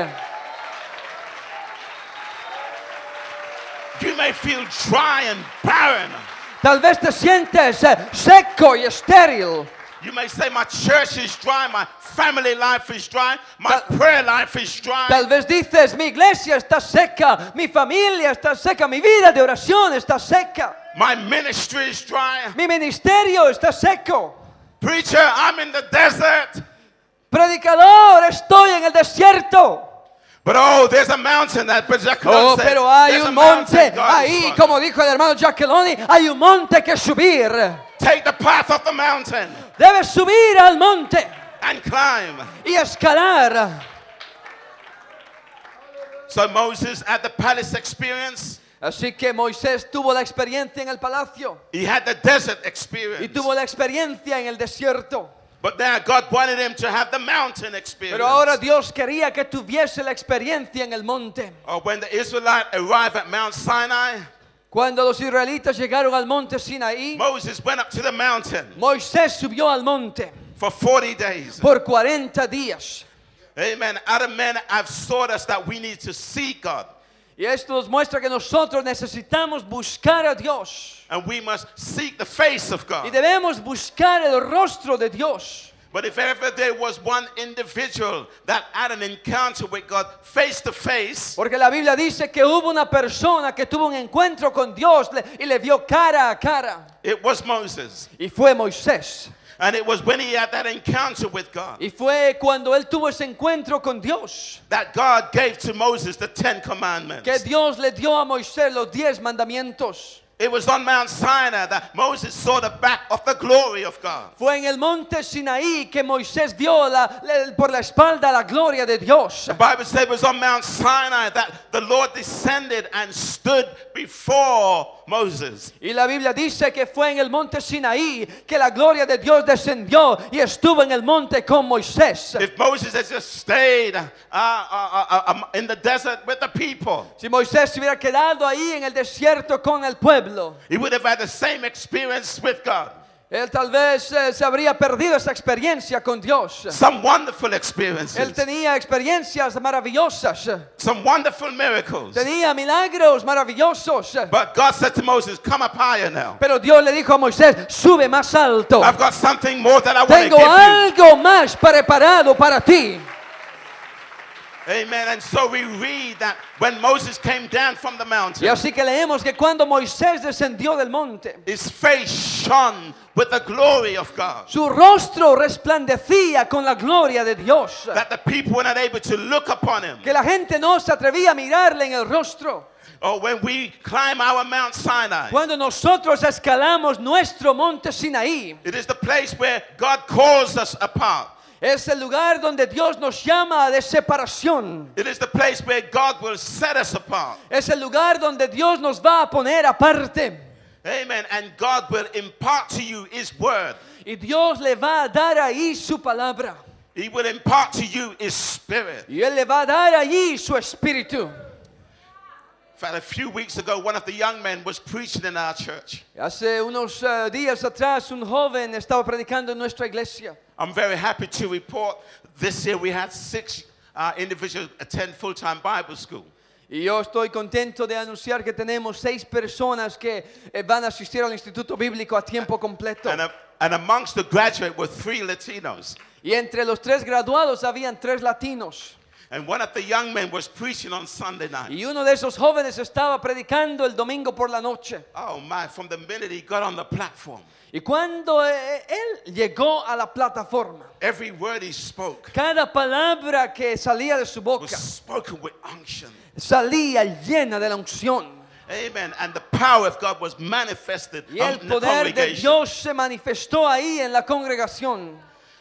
Speaker 2: You may feel dry and barren.
Speaker 3: Tal vez te sientes eh, seco y estéril.
Speaker 2: You may say, My church is dry, my family life is dry, my
Speaker 3: Tal-
Speaker 2: prayer life is dry.
Speaker 3: Tal vez dices, mi iglesia está seca, mi familia está seca, mi vida de oración está seca,
Speaker 2: my ministry is dry.
Speaker 3: mi ministerio está seco.
Speaker 2: Preacher, I'm in the desert.
Speaker 3: Predicador, estoy en el desierto.
Speaker 2: But oh, there's a mountain that Jacob
Speaker 3: Oh,
Speaker 2: said,
Speaker 3: pero hay
Speaker 2: "There's a
Speaker 3: un monte
Speaker 2: mountain God is
Speaker 3: ahí,
Speaker 2: on."
Speaker 3: como dijo el hermano Jacqueloni, hay un monte que subir.
Speaker 2: Take the path of the mountain
Speaker 3: Debes subir al monte
Speaker 2: and climb.
Speaker 3: y escalar.
Speaker 2: So Moses at the palace experience,
Speaker 3: Así que Moisés tuvo la experiencia en el palacio
Speaker 2: he had the desert
Speaker 3: y
Speaker 2: experience.
Speaker 3: tuvo la experiencia en el desierto.
Speaker 2: But there, God wanted him to have the mountain experience.
Speaker 3: Pero ahora Dios quería que tuviese la experiencia en el monte.
Speaker 2: Oh, when the Israelites arrived at Mount Sinai,
Speaker 3: Cuando los israelitas llegaron al monte Sinaí,
Speaker 2: Moses went up to the mountain
Speaker 3: Moisés subió al monte
Speaker 2: for 40 days.
Speaker 3: por 40 días.
Speaker 2: Amen. Other men have taught us that we need to see God
Speaker 3: Y esto nos muestra que nosotros necesitamos buscar a Dios.
Speaker 2: and we must seek the face of
Speaker 3: Y
Speaker 2: God.
Speaker 3: debemos buscar el rostro de Dios.
Speaker 2: But if ever there was one individual that had an encounter with God face to face,
Speaker 3: Porque la Biblia dice que hubo una persona que tuvo un encuentro con Dios le- y le vio cara a cara.
Speaker 2: it was Moses.
Speaker 3: Y fue Moisés.
Speaker 2: And it was when he had that encounter with God
Speaker 3: Y fue cuando él tuvo ese encuentro con Dios
Speaker 2: that God gave to Moses the Ten Commandments.
Speaker 3: que Dios le dio a Moisés los diez mandamientos.
Speaker 2: It was on Mount Sinai that Moses saw the back of the glory of God.
Speaker 3: Fue en el monte Sinaí que Moisés vio la- la- por la espalda la gloria de Dios.
Speaker 2: The Bible says it was on Mount Sinai that the Lord descended and stood before Moses.
Speaker 3: Y la Biblia dice que fue en el monte Sinaí que la gloria de Dios descendió y estuvo en el monte con Moisés.
Speaker 2: If Moses had just stayed uh, uh, uh, um, in the desert with the people,
Speaker 3: Si Moisés se hubiera quedado ahí en el desierto con el pueblo,
Speaker 2: he would have had the same experience with God.
Speaker 3: él tal vez eh, se habría perdido esa experiencia con Dios.
Speaker 2: Some wonderful
Speaker 3: Él
Speaker 2: experiences,
Speaker 3: tenía experiencias maravillosas,
Speaker 2: some wonderful miracles.
Speaker 3: tenía milagros maravillosos.
Speaker 2: But God said to Moses, Come up higher now.
Speaker 3: Pero Dios le dijo a Moisés, sube más alto.
Speaker 2: I've got something more that I want to
Speaker 3: Tengo
Speaker 2: give you.
Speaker 3: algo más preparado para ti.
Speaker 2: Amen. And so we read that when Moses came down from the mountain,
Speaker 3: Y así que leemos que cuando Moisés descendió del monte,
Speaker 2: His face shone with the glory of God.
Speaker 3: Su rostro resplandecía con la gloria de Dios.
Speaker 2: That the people were not able to look upon him.
Speaker 3: Que la gente no se atrevía a mirarle en el rostro.
Speaker 2: Or Oh, when we climb our Mount Sinai,
Speaker 3: Cuando nosotros escalamos nuestro monte Sinaí,
Speaker 2: it is the place where God calls us apart.
Speaker 3: es el lugar donde Dios nos llama de separación.
Speaker 2: It is the place where God will set us apart.
Speaker 3: Es el lugar donde Dios nos va a poner aparte.
Speaker 2: Amen. And God will impart to you His word.
Speaker 3: Y Dios le va a dar ahí su palabra.
Speaker 2: He will impart to you His spirit.
Speaker 3: Y Él le va a dar allí su espíritu.
Speaker 2: In fact, a few weeks ago, one of the young men was preaching in our church.
Speaker 3: Hace unos eh, días atrás un joven estaba predicando en nuestra iglesia.
Speaker 2: I'm very happy to report this year we had six uh, individuals attend full time Bible school.
Speaker 3: Y yo estoy contento de anunciar que tenemos seis personas que eh, van a asistir al Instituto Bíblico a tiempo completo.
Speaker 2: And, a- and amongst the graduate were three Latinos.
Speaker 3: Y entre los tres graduados habían tres latinos.
Speaker 2: And one of the young men was preaching on Sunday night.
Speaker 3: Y uno de esos jóvenes estaba predicando el domingo por la noche.
Speaker 2: Oh my, from the minute he got on the platform,
Speaker 3: Y cuando eh, él llegó a la plataforma,
Speaker 2: every word he spoke
Speaker 3: cada palabra que salía de su
Speaker 2: was
Speaker 3: boca
Speaker 2: spoken with unction.
Speaker 3: salía llena de la unción.
Speaker 2: Amen. And the power of God was manifested
Speaker 3: Y
Speaker 2: on
Speaker 3: el
Speaker 2: the
Speaker 3: poder de
Speaker 2: congregation.
Speaker 3: Dios se manifestó ahí en la congregación.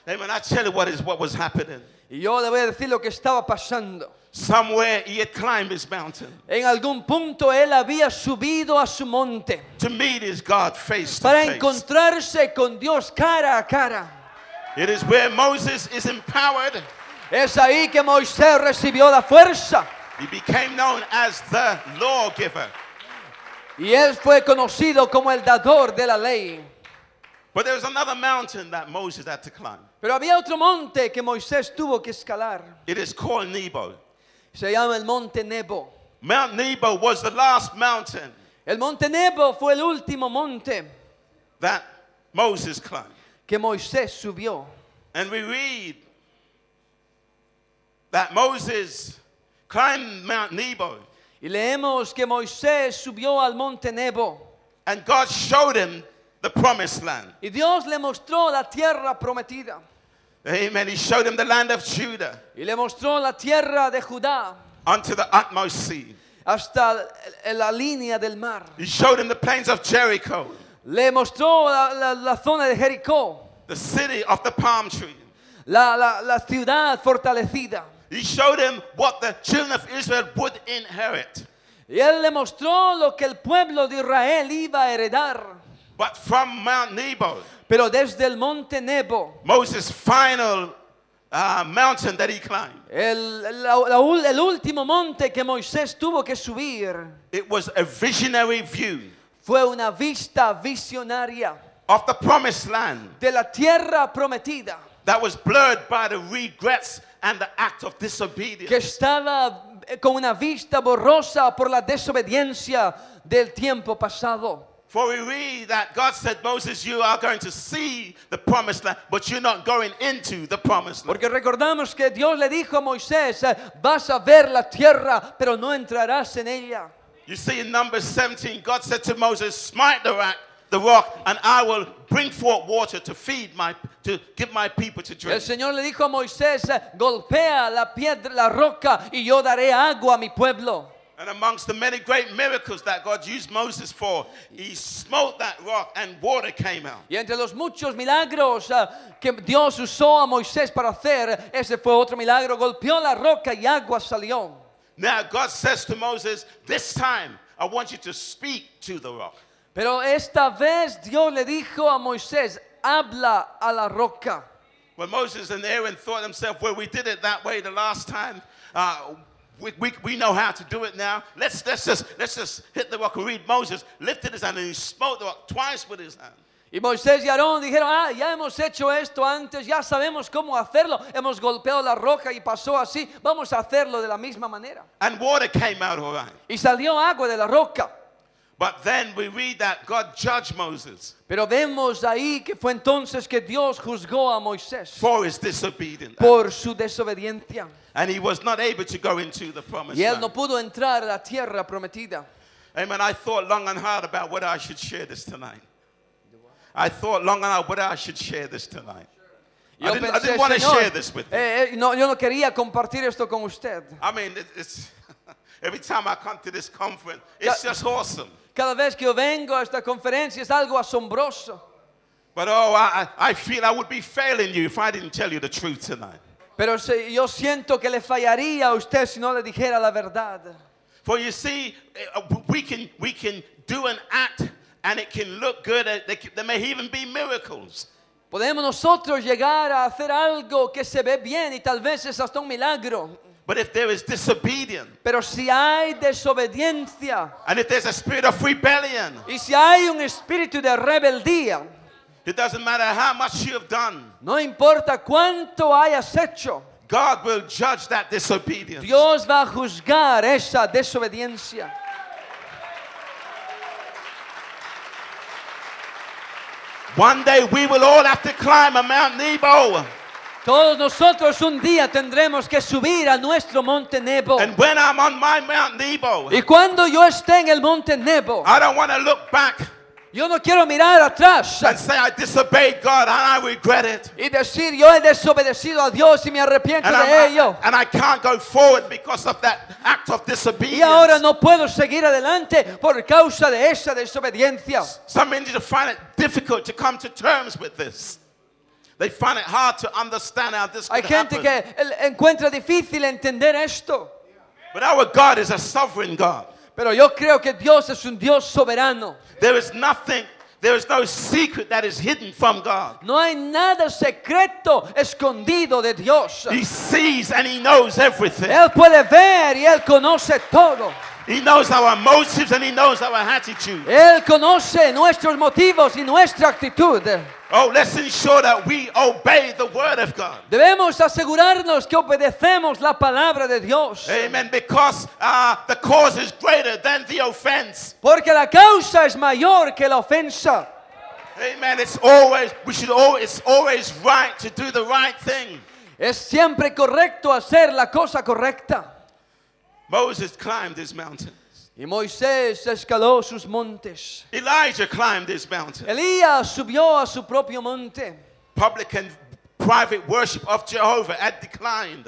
Speaker 2: Amen. I tell you what is what was happening.
Speaker 3: Y yo le voy a decir lo que estaba pasando.
Speaker 2: Somewhere he had climbed his mountain
Speaker 3: En algún punto él había subido a su monte
Speaker 2: to meet his God face to
Speaker 3: para
Speaker 2: face.
Speaker 3: encontrarse con Dios cara a cara.
Speaker 2: It is where Moses is empowered.
Speaker 3: Es ahí que Moisés recibió la fuerza
Speaker 2: He became known as the lawgiver.
Speaker 3: y él fue conocido como el dador de la ley.
Speaker 2: But there was another mountain that Moses had to climb.
Speaker 3: Pero había otro monte que Moisés tuvo que escalar.
Speaker 2: It is called Nebo.
Speaker 3: Se llama el monte Nebo.
Speaker 2: Mount Nebo was the last mountain
Speaker 3: El monte Nebo fue el último monte
Speaker 2: that Moses climbed.
Speaker 3: que Moisés subió.
Speaker 2: And we read that Moses climbed Mount Nebo
Speaker 3: Y leemos que Moisés subió al monte Nebo
Speaker 2: and God showed him the promised land.
Speaker 3: y Dios le mostró la tierra prometida.
Speaker 2: Amen. He showed him the land of Judah
Speaker 3: Y le mostró la tierra de Judá
Speaker 2: unto the utmost sea.
Speaker 3: hasta el- la línea del mar.
Speaker 2: He showed him the plains of Jericho,
Speaker 3: Le mostró la, la- la zona de Jericó,
Speaker 2: the city of the palm tree.
Speaker 3: la, la- la ciudad fortalecida.
Speaker 2: He showed him what the children of Israel would inherit.
Speaker 3: Y él le mostró lo que el pueblo de Israel iba a heredar.
Speaker 2: But from Mount Nebo,
Speaker 3: Pero desde el monte Nebo,
Speaker 2: Moses' final uh, mountain that he climbed,
Speaker 3: el, la- la ul- el último monte que Moisés tuvo que subir,
Speaker 2: it was a visionary view
Speaker 3: fue una vista visionaria
Speaker 2: of the promised land
Speaker 3: de la tierra prometida
Speaker 2: that was blurred by the regrets and the act of disobedience.
Speaker 3: que estaba eh, con una vista borrosa por la desobediencia del tiempo pasado.
Speaker 2: For we read that God said, Moses, you are going to see the promised land, but you're not going into the promised land.
Speaker 3: Porque recordamos que Dios le dijo a Moisés, eh, vas a ver la tierra, pero no entrarás en ella.
Speaker 2: You see in Numbers 17, God said to Moses, smite the rock, the rock, and I will bring forth water to feed my, to give my people to
Speaker 3: El
Speaker 2: drink.
Speaker 3: Señor le dijo a Moisés, eh, golpea la piedra, la roca, y yo daré agua a mi pueblo.
Speaker 2: And amongst the many great miracles that God used Moses for, he smote that rock and water came out.
Speaker 3: Y entre los muchos milagros ah, que Dios usó a Moisés para hacer, ese fue otro milagro. Golpeó la roca y agua salió.
Speaker 2: Now God says to Moses, this time I want you to speak to the rock.
Speaker 3: Pero esta vez Dios le dijo a Moisés, habla a la roca.
Speaker 2: When Moses and Aaron thought themselves, well, we did it that way the last time. Uh, we, we, we know how to do it now. Let's, let's, just, let's just hit the rock. We read Moses lifted his hand and he smote the rock twice with his hand.
Speaker 3: Y Moisés y Aarón dijeron, ah, ya hemos hecho esto antes, ya sabemos cómo hacerlo. Hemos golpeado la roca y pasó así, vamos a hacerlo de la misma manera.
Speaker 2: And water came out all right.
Speaker 3: Y salió agua de la roca.
Speaker 2: But then we read that God judged Moses
Speaker 3: Pero vemos ahí que fue entonces que Dios juzgó a Moisés
Speaker 2: for his disobedience.
Speaker 3: por su desobediencia.
Speaker 2: And he was not able to go into the promised
Speaker 3: Y él
Speaker 2: land.
Speaker 3: no pudo entrar a la tierra prometida.
Speaker 2: Amen. I thought long and hard about whether I should share this tonight. I thought long and hard whether I should share this tonight. I
Speaker 3: Yo
Speaker 2: didn't, I
Speaker 3: pensé,
Speaker 2: didn't want to
Speaker 3: "Señor,
Speaker 2: share this with you.
Speaker 3: eh, eh, no, yo no quería compartir esto con usted.
Speaker 2: I mean, it, it's every time I come to this conference, it's
Speaker 3: Yeah.
Speaker 2: just awesome.
Speaker 3: Cada vez que yo vengo a esta conferencia es algo asombroso.
Speaker 2: But oh, I, I I feel I would be failing you if I didn't tell you the truth tonight.
Speaker 3: Pero se- yo siento que le fallaría a usted si no le dijera la verdad.
Speaker 2: For you see, eh, uh, we can we can do an act, and it can look good. and There, can- there may even be miracles.
Speaker 3: Podemos nosotros llegar a hacer algo que se ve bien y tal vez es hasta un milagro.
Speaker 2: But if there is disobedience,
Speaker 3: Pero si hay desobediencia
Speaker 2: and if there's a spirit of rebellion,
Speaker 3: y si hay un espíritu de rebeldía,
Speaker 2: it doesn't matter how much you have done.
Speaker 3: no importa cuánto hayas hecho,
Speaker 2: God will judge that disobedience.
Speaker 3: Dios va a juzgar esa desobediencia.
Speaker 2: One day we will all have to climb a Mount Nebo.
Speaker 3: Todos nosotros un día tendremos que subir a nuestro monte Nebo.
Speaker 2: And when I'm on my Mount Nebo,
Speaker 3: Y cuando yo esté en el monte Nebo,
Speaker 2: I don't want to look back
Speaker 3: yo no quiero mirar atrás
Speaker 2: and say I disobeyed God and I regret it.
Speaker 3: y decir yo he desobedecido a Dios y me arrepiento
Speaker 2: And,
Speaker 3: de
Speaker 2: I'm-
Speaker 3: ello.
Speaker 2: and I can't go forward because of that act of
Speaker 3: Y ahora
Speaker 2: disobedience.
Speaker 3: no puedo seguir adelante por causa de esa desobediencia.
Speaker 2: Some individuals find it difficult to come to terms with this. They find it hard to understand how this
Speaker 3: Hay
Speaker 2: could
Speaker 3: gente
Speaker 2: happen.
Speaker 3: que el- encuentra difícil entender esto.
Speaker 2: But our God is a sovereign God.
Speaker 3: Pero yo creo que Dios es un Dios soberano.
Speaker 2: There is nothing, there is no secret that is hidden from God.
Speaker 3: No hay nada secreto escondido de Dios.
Speaker 2: He sees and he knows everything.
Speaker 3: Él puede ver y Él conoce todo.
Speaker 2: He knows our motives and he knows our attitude.
Speaker 3: Él conoce nuestros motivos y nuestra actitud.
Speaker 2: Oh, let's ensure that we obey the word of God.
Speaker 3: Debemos asegurarnos que obedecemos la palabra de Dios.
Speaker 2: Amen. Because uh, the cause is greater than the offense.
Speaker 3: Porque la causa es mayor que la ofensa.
Speaker 2: Amen. It's always we should always it's always right to do the right thing.
Speaker 3: Es siempre correcto hacer la cosa correcta.
Speaker 2: Moses climbed his mountain.
Speaker 3: Y Moisés escaló sus montes.
Speaker 2: Elijah climbed his mountain.
Speaker 3: Elías subió a su propio monte.
Speaker 2: Public and private worship of Jehovah had declined.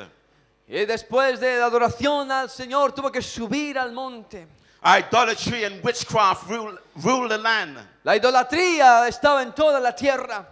Speaker 3: Y después de la adoración al Señor tuvo que subir al monte.
Speaker 2: Idolatry and witchcraft rule, rule the land.
Speaker 3: La idolatría estaba en toda la tierra.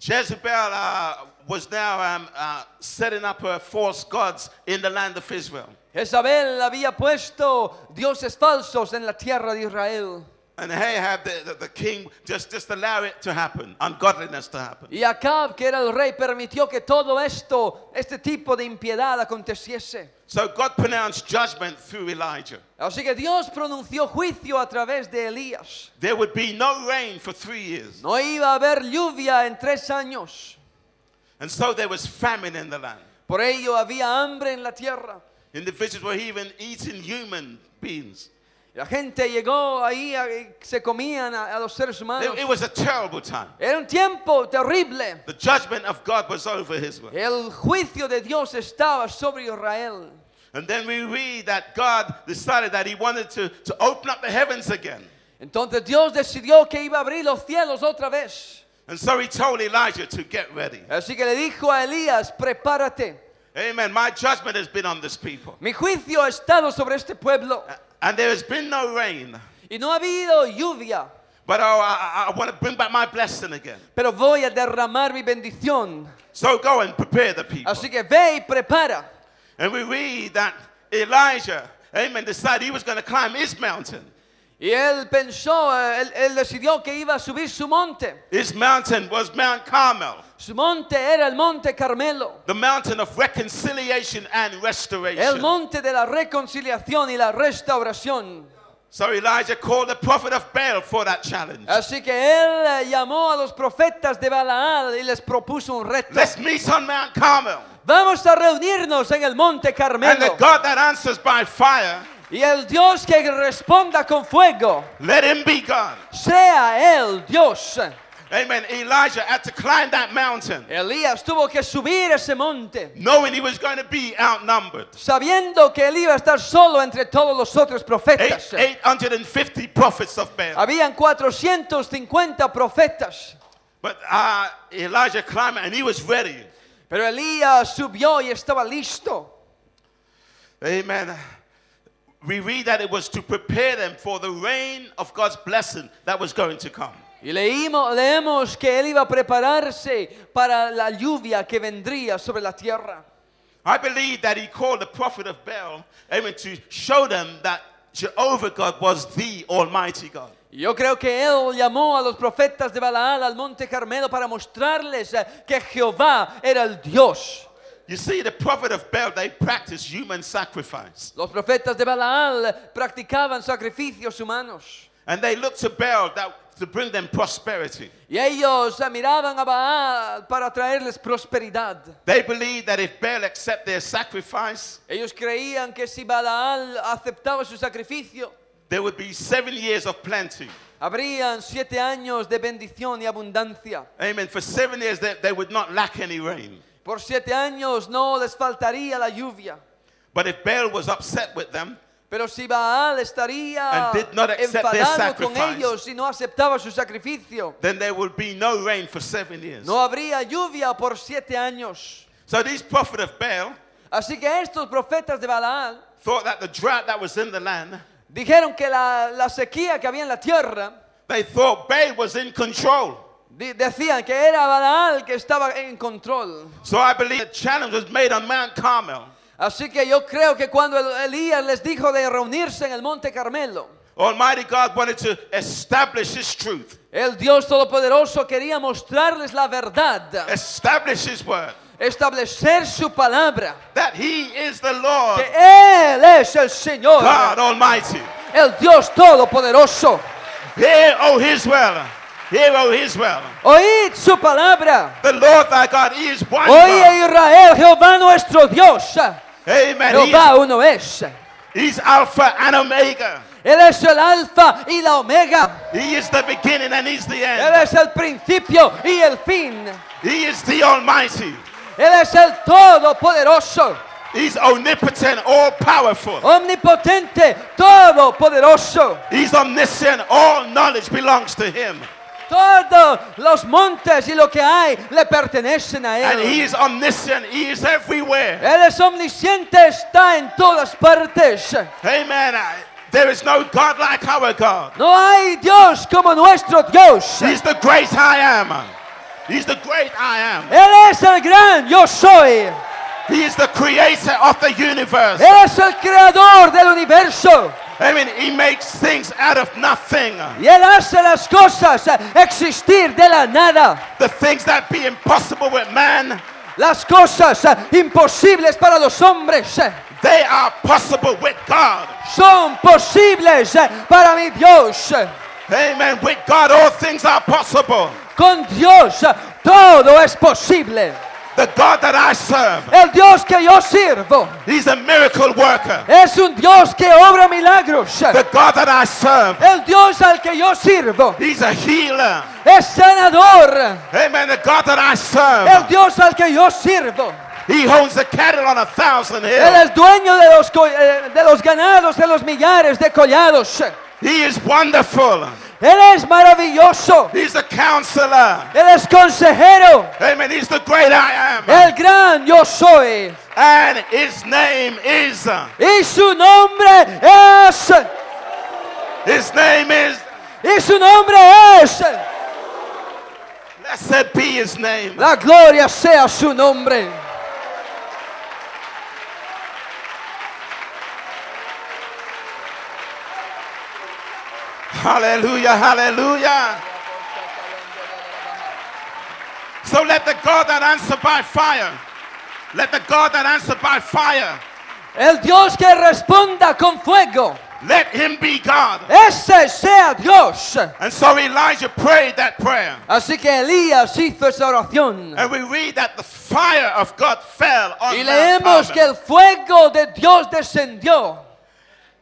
Speaker 2: Jezebel uh, was now um, uh, setting up her false gods in the land of Israel.
Speaker 3: Jezabel había puesto dioses falsos en la tierra de Israel.
Speaker 2: And Ahab, the, the, the king, just, just allow it to happen, ungodliness to happen.
Speaker 3: Y Acab, que era el rey, permitió que todo esto, este tipo de impiedad aconteciese.
Speaker 2: So God pronounced judgment through Elijah.
Speaker 3: Así que Dios pronunció juicio a través de Elías.
Speaker 2: There would be no rain for three years.
Speaker 3: No iba a haber lluvia en tres años.
Speaker 2: And so there was famine in the land.
Speaker 3: Por ello había hambre en la tierra.
Speaker 2: Individuals were even eating human beings.
Speaker 3: La gente llegó ahí, a- se comían a, a los seres humanos.
Speaker 2: It, it was a terrible time.
Speaker 3: Era un tiempo terrible.
Speaker 2: The judgment of God was over his work.
Speaker 3: El juicio de Dios estaba sobre Israel.
Speaker 2: And then we read that God decided that he wanted to, to open up the heavens again.
Speaker 3: Entonces Dios decidió que iba a abrir los cielos otra vez.
Speaker 2: And so he told Elijah to get ready.
Speaker 3: Así que le dijo a Elías, prepárate.
Speaker 2: Amen. My judgment has been on this people.
Speaker 3: Mi juicio ha estado sobre este pueblo
Speaker 2: And there has been no rain.
Speaker 3: y no ha habido lluvia,
Speaker 2: But oh, I, I- I want to bring back my blessing again.
Speaker 3: pero voy a derramar mi bendición.
Speaker 2: So go and prepare the people.
Speaker 3: Así que ve y prepara.
Speaker 2: And we read that Elijah, amen, decided he was going to climb his mountain.
Speaker 3: Y él pensó, eh, él, él decidió que iba a subir su monte.
Speaker 2: His mountain was Mount Carmel,
Speaker 3: Su monte era el monte Carmelo,
Speaker 2: the mountain of reconciliation and
Speaker 3: el
Speaker 2: restoration.
Speaker 3: monte de la reconciliación y la restauración.
Speaker 2: So Elijah called the prophet of Baal for that challenge.
Speaker 3: Así que él eh, llamó a los profetas de Balaal y les propuso un reto.
Speaker 2: Let's meet on Mount Carmel.
Speaker 3: Vamos a reunirnos en el monte
Speaker 2: And the
Speaker 3: Carmelo.
Speaker 2: God that answers by fire,
Speaker 3: Y el Dios que responda con fuego.
Speaker 2: let him be God.
Speaker 3: sea él Dios.
Speaker 2: Amen. Elijah had to climb that mountain,
Speaker 3: Elías tuvo que subir ese monte,
Speaker 2: knowing he was going to be outnumbered.
Speaker 3: sabiendo que él iba a estar solo entre todos los otros
Speaker 2: Eight,
Speaker 3: profetas.
Speaker 2: 850 prophets of Baal.
Speaker 3: Habían 450 profetas,
Speaker 2: But uh, Elijah climbed and he was ready.
Speaker 3: pero Elías subió y estaba listo.
Speaker 2: Amen. We read that it was to prepare them for the rain of God's blessing that was going to come.
Speaker 3: Y leímos, leemos que él iba a prepararse para la lluvia que vendría sobre la tierra.
Speaker 2: I believe that he called the prophet of Baal, amen, to show them that Jehovah God was the Almighty God.
Speaker 3: Y Yo creo que él llamó a los profetas de Balaal al monte Carmelo para mostrarles eh, que Jehová era el Dios.
Speaker 2: You see, the prophet of Baal, they practiced human sacrifice.
Speaker 3: Los profetas de Balaal practicaban sacrificios humanos
Speaker 2: And they looked to Baal that, to bring them prosperity.
Speaker 3: y ellos miraban a Baal para traerles prosperidad.
Speaker 2: They believed that if Baal accepted their sacrifice,
Speaker 3: Ellos creían que si Balaal aceptaba su sacrificio,
Speaker 2: there would be seven years of plenty.
Speaker 3: habrían siete años de bendición y abundancia.
Speaker 2: Amen. For seven years, they, they would not lack any rain.
Speaker 3: Por siete años no les faltaría la lluvia.
Speaker 2: But if Baal was upset with them,
Speaker 3: Pero si Baal estaría
Speaker 2: And did not accept their
Speaker 3: enfadado con
Speaker 2: sacrifice.
Speaker 3: ellos y no aceptaba su sacrificio,
Speaker 2: then there would be no rain for seven years.
Speaker 3: no habría lluvia por siete años.
Speaker 2: So these prophet of Baal
Speaker 3: Así que estos profetas de Balaal
Speaker 2: thought that the drought that was in the land,
Speaker 3: Dijeron que la, la sequía que había en la tierra,
Speaker 2: they thought Baal was in control.
Speaker 3: di- decían que era Balaal que estaba en control.
Speaker 2: So I believe the challenge was made on Mount Carmel
Speaker 3: Así que yo creo que cuando El- Elías les dijo de reunirse en el monte Carmelo,
Speaker 2: Almighty God wanted to establish His truth,
Speaker 3: el Dios Todopoderoso quería mostrarles la verdad,
Speaker 2: establish His word,
Speaker 3: establecer su palabra,
Speaker 2: that He is the Lord
Speaker 3: que Él es el
Speaker 2: God
Speaker 3: Señor,
Speaker 2: Almighty.
Speaker 3: el Dios Todopoderoso.
Speaker 2: Hear, O Israel, hear, O Israel,
Speaker 3: Oíd su palabra.
Speaker 2: the Lord thy God He is
Speaker 3: Oh,
Speaker 2: one. God.
Speaker 3: Oye Israel, Jehová nuestro Dios.
Speaker 2: Amen. He
Speaker 3: Jehová uno es.
Speaker 2: is- he's Alpha and Omega.
Speaker 3: Él es el alfa y la omega.
Speaker 2: He is the beginning and He's the
Speaker 3: Él
Speaker 2: end.
Speaker 3: es el principio y el fin.
Speaker 2: He is the Almighty.
Speaker 3: Él es el todopoderoso,
Speaker 2: He's omnipotent, all
Speaker 3: Oh.
Speaker 2: powerful.
Speaker 3: omnipotente, todopoderoso.
Speaker 2: He's omniscient. All knowledge belongs to Him.
Speaker 3: Todos los montes y lo que hay le pertenecen a
Speaker 2: And He
Speaker 3: Él.
Speaker 2: is omniscient. He is everywhere.
Speaker 3: Él es omnisciente, está en todas partes.
Speaker 2: Amen. I- There is no God like our God.
Speaker 3: No hay Dios como nuestro Dios.
Speaker 2: He's the great I am. He's the great I am.
Speaker 3: Él es el gran yo soy.
Speaker 2: He is the creator of the universe.
Speaker 3: Él es el creador del universo.
Speaker 2: Amen. He makes things out of nothing.
Speaker 3: Y Él hace las cosas eh, existir de la nada.
Speaker 2: The things that be impossible with man,
Speaker 3: Las cosas eh, imposibles para los hombres eh,
Speaker 2: they are possible with God.
Speaker 3: son posibles eh, para mi Dios. eh.
Speaker 2: Amen. With God, all things are possible.
Speaker 3: Con Dios eh, todo es posible.
Speaker 2: The God that I serve,
Speaker 3: El Dios que yo sirvo
Speaker 2: He's a miracle worker.
Speaker 3: es un Dios que obra milagros. eh.
Speaker 2: The God that I serve,
Speaker 3: El Dios al que yo sirvo
Speaker 2: He's a healer.
Speaker 3: es sanador.
Speaker 2: Amen. The God that I
Speaker 3: El
Speaker 2: serve,
Speaker 3: Dios al que yo sirvo.
Speaker 2: He owns the cattle on a thousand
Speaker 3: Él
Speaker 2: hills.
Speaker 3: es dueño de los, co- eh, de los ganados, de los millares de collados. eh.
Speaker 2: He is wonderful.
Speaker 3: Él es maravilloso.
Speaker 2: He's a counselor.
Speaker 3: Él es consejero.
Speaker 2: Amen. He's the great I am.
Speaker 3: El gran yo soy.
Speaker 2: And his name is.
Speaker 3: Y su nombre es.
Speaker 2: His name is.
Speaker 3: Y su nombre es.
Speaker 2: Blessed be his name.
Speaker 3: La gloria sea su nombre.
Speaker 2: Hallelujah. Hallelujah. So let the God that answered by fire. Let the God that answered by fire.
Speaker 3: El Dios que responda con fuego.
Speaker 2: Let him be God.
Speaker 3: Ese sea Dios.
Speaker 2: And so Elijah prayed that prayer.
Speaker 3: Así que Elías hizo esa oración.
Speaker 2: And we read that the fire of God fell on
Speaker 3: Y
Speaker 2: Mount
Speaker 3: leemos que
Speaker 2: Carmel.
Speaker 3: el fuego de Dios descendió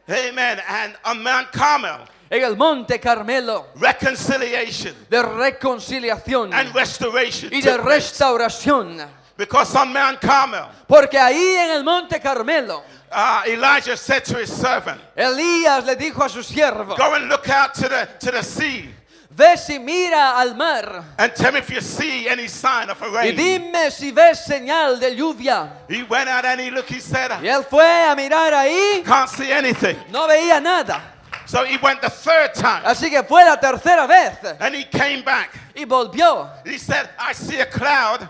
Speaker 2: Amen. And on Mount Carmel,
Speaker 3: en el monte Carmelo
Speaker 2: reconciliation
Speaker 3: de reconciliación
Speaker 2: and restoration.
Speaker 3: y de
Speaker 2: took place.
Speaker 3: restauración.
Speaker 2: Because on Mount Carmel,
Speaker 3: Porque ahí en el monte Carmelo,
Speaker 2: uh, Elijah said to his servant,
Speaker 3: Elías le dijo a su siervo,
Speaker 2: Go and look out to the, to the sea
Speaker 3: ves y mira al mar
Speaker 2: and tell me if you see any sign of a
Speaker 3: y
Speaker 2: rain.
Speaker 3: dime si ves señal de lluvia.
Speaker 2: He went out and he looked, he said,
Speaker 3: Y
Speaker 2: I
Speaker 3: él fue a mirar ahí,
Speaker 2: can't see anything.
Speaker 3: no veía nada.
Speaker 2: So he went the third time
Speaker 3: Así que fue la tercera vez
Speaker 2: and he came back.
Speaker 3: y volvió.
Speaker 2: He said, I see a cloud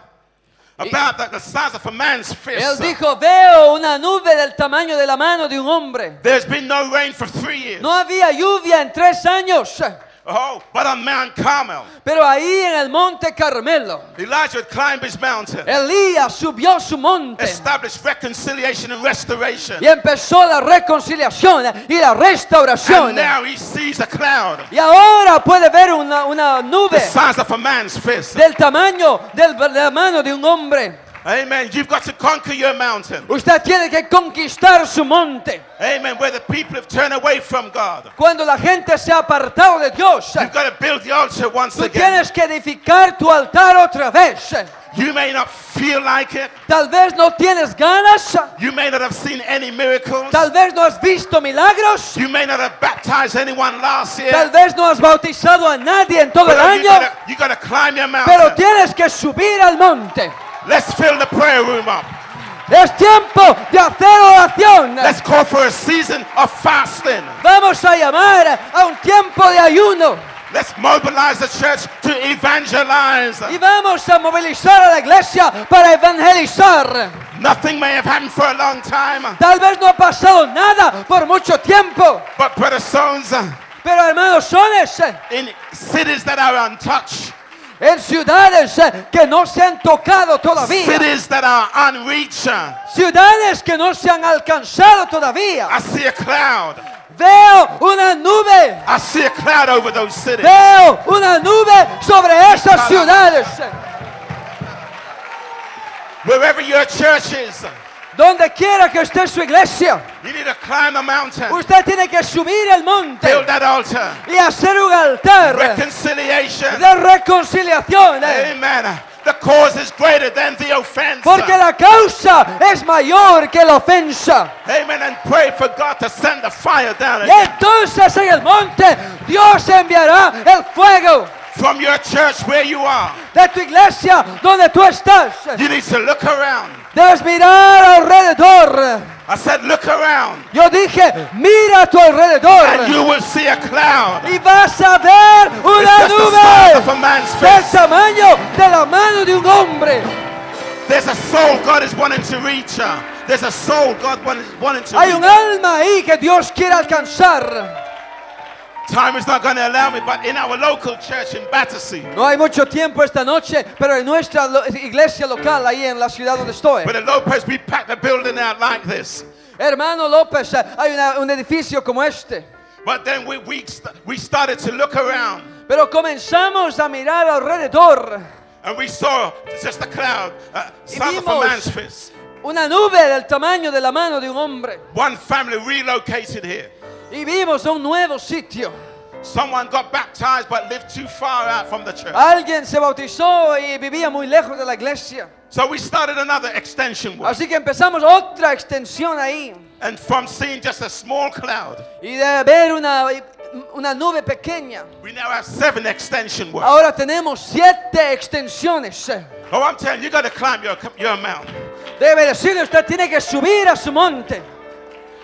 Speaker 2: about the, the size of a man's
Speaker 3: Él
Speaker 2: fist.
Speaker 3: dijo, veo una nube del tamaño de la mano de un hombre.
Speaker 2: There's been no rain for three years.
Speaker 3: No había lluvia en tres años,
Speaker 2: Oh, but on Mount Carmel,
Speaker 3: pero ahí en el monte Carmelo,
Speaker 2: Elijah climbed his mountain,
Speaker 3: Elías subió su monte
Speaker 2: established reconciliation and restoration.
Speaker 3: y empezó la reconciliación y la
Speaker 2: And
Speaker 3: restauración.
Speaker 2: now he sees a cloud
Speaker 3: Y ahora puede ver una, una
Speaker 2: the
Speaker 3: nube
Speaker 2: size of a man's fist.
Speaker 3: del tamaño del- de la mano de un hombre.
Speaker 2: Amen. You've got to conquer your mountain.
Speaker 3: Usted tiene que conquistar su monte.
Speaker 2: Amen. Where the people have turned away from God.
Speaker 3: Cuando la gente se ha apartado de Dios,
Speaker 2: You've got to build the altar once
Speaker 3: tú
Speaker 2: again.
Speaker 3: tienes que edificar tu altar otra vez.
Speaker 2: You may not feel like it.
Speaker 3: Tal vez no tienes ganas,
Speaker 2: You may not have seen any miracles.
Speaker 3: tal vez no has visto milagros,
Speaker 2: You may not have baptized anyone last year.
Speaker 3: tal vez no has bautizado a nadie en todo el
Speaker 2: But you
Speaker 3: año,
Speaker 2: gotta, you gotta climb your
Speaker 3: pero
Speaker 2: mountain.
Speaker 3: tienes que subir al monte.
Speaker 2: Let's fill the prayer room up.
Speaker 3: Es tiempo de hacer oración.
Speaker 2: Let's call for a season of fasting.
Speaker 3: Vamos a llamar a un tiempo de ayuno
Speaker 2: Let's mobilize the church to evangelize.
Speaker 3: y vamos a movilizar a la iglesia para evangelizar.
Speaker 2: Nothing may have happened for a long time,
Speaker 3: Tal vez no ha pasado nada por mucho tiempo,
Speaker 2: but brother Stones, uh,
Speaker 3: pero hermanos, sones eh,
Speaker 2: in cities that are untouched,
Speaker 3: en ciudades eh, que no se han tocado todavía,
Speaker 2: cities that are unreached, uh,
Speaker 3: ciudades que no se han alcanzado todavía.
Speaker 2: I see a cloud.
Speaker 3: Veo una nube.
Speaker 2: I see a cloud over those cities.
Speaker 3: Veo una nube sobre esas ciudades. eh,
Speaker 2: Wherever your church is,
Speaker 3: Donde quiera que esté su iglesia,
Speaker 2: you need to climb a mountain,
Speaker 3: usted tiene que subir el
Speaker 2: build
Speaker 3: monte
Speaker 2: that altar,
Speaker 3: y hacer un altar
Speaker 2: reconciliation.
Speaker 3: de reconciliación. eh,
Speaker 2: Amen. The cause is greater than the offense.
Speaker 3: Porque la causa es mayor que la ofensa.
Speaker 2: Amen. And pray for God to send the fire down
Speaker 3: Y entonces en el monte Dios enviará el fuego
Speaker 2: from your church where you are.
Speaker 3: de tu iglesia donde tú estás.
Speaker 2: You need to look around.
Speaker 3: Debes mirar alrededor.
Speaker 2: I said, look around,
Speaker 3: Yo dije, mira a tu alrededor.
Speaker 2: and you will see a cloud.
Speaker 3: y vas a ver
Speaker 2: It's
Speaker 3: una
Speaker 2: just the size of
Speaker 3: nube
Speaker 2: a man's
Speaker 3: del
Speaker 2: face.
Speaker 3: tamaño de la mano de un hombre.
Speaker 2: There's a soul God is wanting to reach. uh, There's a soul God wanted, wanted to
Speaker 3: Hay un
Speaker 2: reach.
Speaker 3: alma ahí que Dios quiere alcanzar.
Speaker 2: Time is not going to allow me, but in our local church in Battersea,
Speaker 3: No hay mucho tiempo esta noche, pero en nuestra lo- iglesia local, ahí en la ciudad donde estoy.
Speaker 2: with the Lopez, we packed the building out like this.
Speaker 3: Hermano López, eh, hay una- un edificio como este.
Speaker 2: But then we, we, st- we started to look around
Speaker 3: Pero comenzamos a mirar alrededor.
Speaker 2: and we saw just a cloud, uh, size of a
Speaker 3: vimos-
Speaker 2: man's fist.
Speaker 3: Una nube del tamaño de la mano de un hombre.
Speaker 2: One family relocated here.
Speaker 3: Y vimos un nuevo sitio.
Speaker 2: Someone got baptized but lived too far out from the church.
Speaker 3: Alguien se bautizó y vivía muy lejos de la iglesia.
Speaker 2: So we started another extension work.
Speaker 3: Así que empezamos otra extensión ahí.
Speaker 2: And from seeing just a small cloud,
Speaker 3: Y de ver una, una nube pequeña.
Speaker 2: we now have seven extension work.
Speaker 3: Ahora tenemos siete extensiones.
Speaker 2: Oh, I'm telling you, you got to climb your, your mountain.
Speaker 3: Debe decirle, usted tiene que subir a su monte.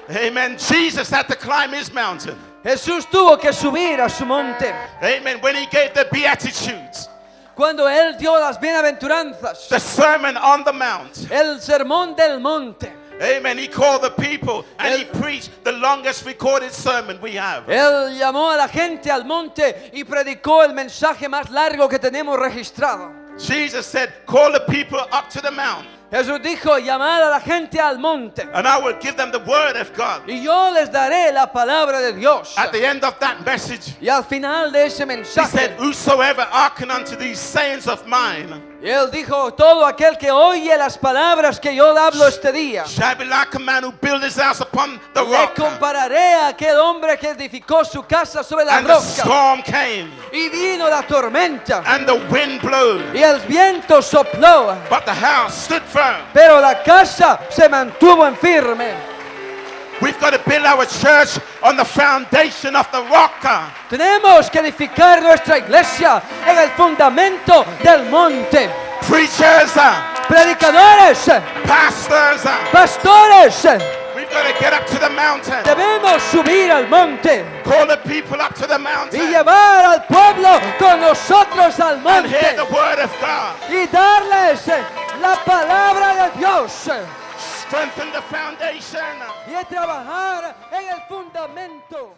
Speaker 2: Amen. Jesus had to climb his mountain.
Speaker 3: Jesús tuvo que subir a su monte.
Speaker 2: Amen. When he gave the Beatitudes,
Speaker 3: Cuando Él dio las bienaventuranzas,
Speaker 2: the Sermon on the Mount.
Speaker 3: el sermón del monte,
Speaker 2: Amen. He called the people and he preached the longest recorded sermon we have.
Speaker 3: Él llamó a la gente al monte y predicó el mensaje más largo que tenemos registrado.
Speaker 2: Jesus said, Call the people up to the mount,
Speaker 3: Jesús dijo, llamad a la gente al monte
Speaker 2: and I will give them the word of God.
Speaker 3: y yo les daré la palabra de Dios.
Speaker 2: At the end of that message,
Speaker 3: Y al final de ese
Speaker 2: he said,
Speaker 3: mensaje,
Speaker 2: Whosoever hearken unto these sayings of mine
Speaker 3: y él dijo, todo aquel que oye las palabras que yo hablo este día,
Speaker 2: shall be like a man who built his house upon the
Speaker 3: le
Speaker 2: rock.
Speaker 3: compararé a aquel hombre que edificó su casa sobre la
Speaker 2: And the
Speaker 3: roca.
Speaker 2: storm came,
Speaker 3: Y vino la tormenta
Speaker 2: and the wind blew,
Speaker 3: y el viento sopló.
Speaker 2: but the house stood firm.
Speaker 3: Pero la casa se mantuvo en firme.
Speaker 2: We've got to build our church on the foundation of the rock.
Speaker 3: Tenemos que edificar nuestra iglesia en el fundamento del monte.
Speaker 2: Preachers, uh,
Speaker 3: Predicadores,
Speaker 2: pastors, uh,
Speaker 3: pastores,
Speaker 2: we've got to get up to the mountain.
Speaker 3: debemos subir al monte
Speaker 2: Call the people up to the
Speaker 3: y
Speaker 2: mountain
Speaker 3: llevar al pueblo con nosotros al
Speaker 2: and hear
Speaker 3: monte
Speaker 2: the word of God.
Speaker 3: y darles la palabra de Dios
Speaker 2: Strengthen the foundation.
Speaker 3: y trabajar en el fundamento.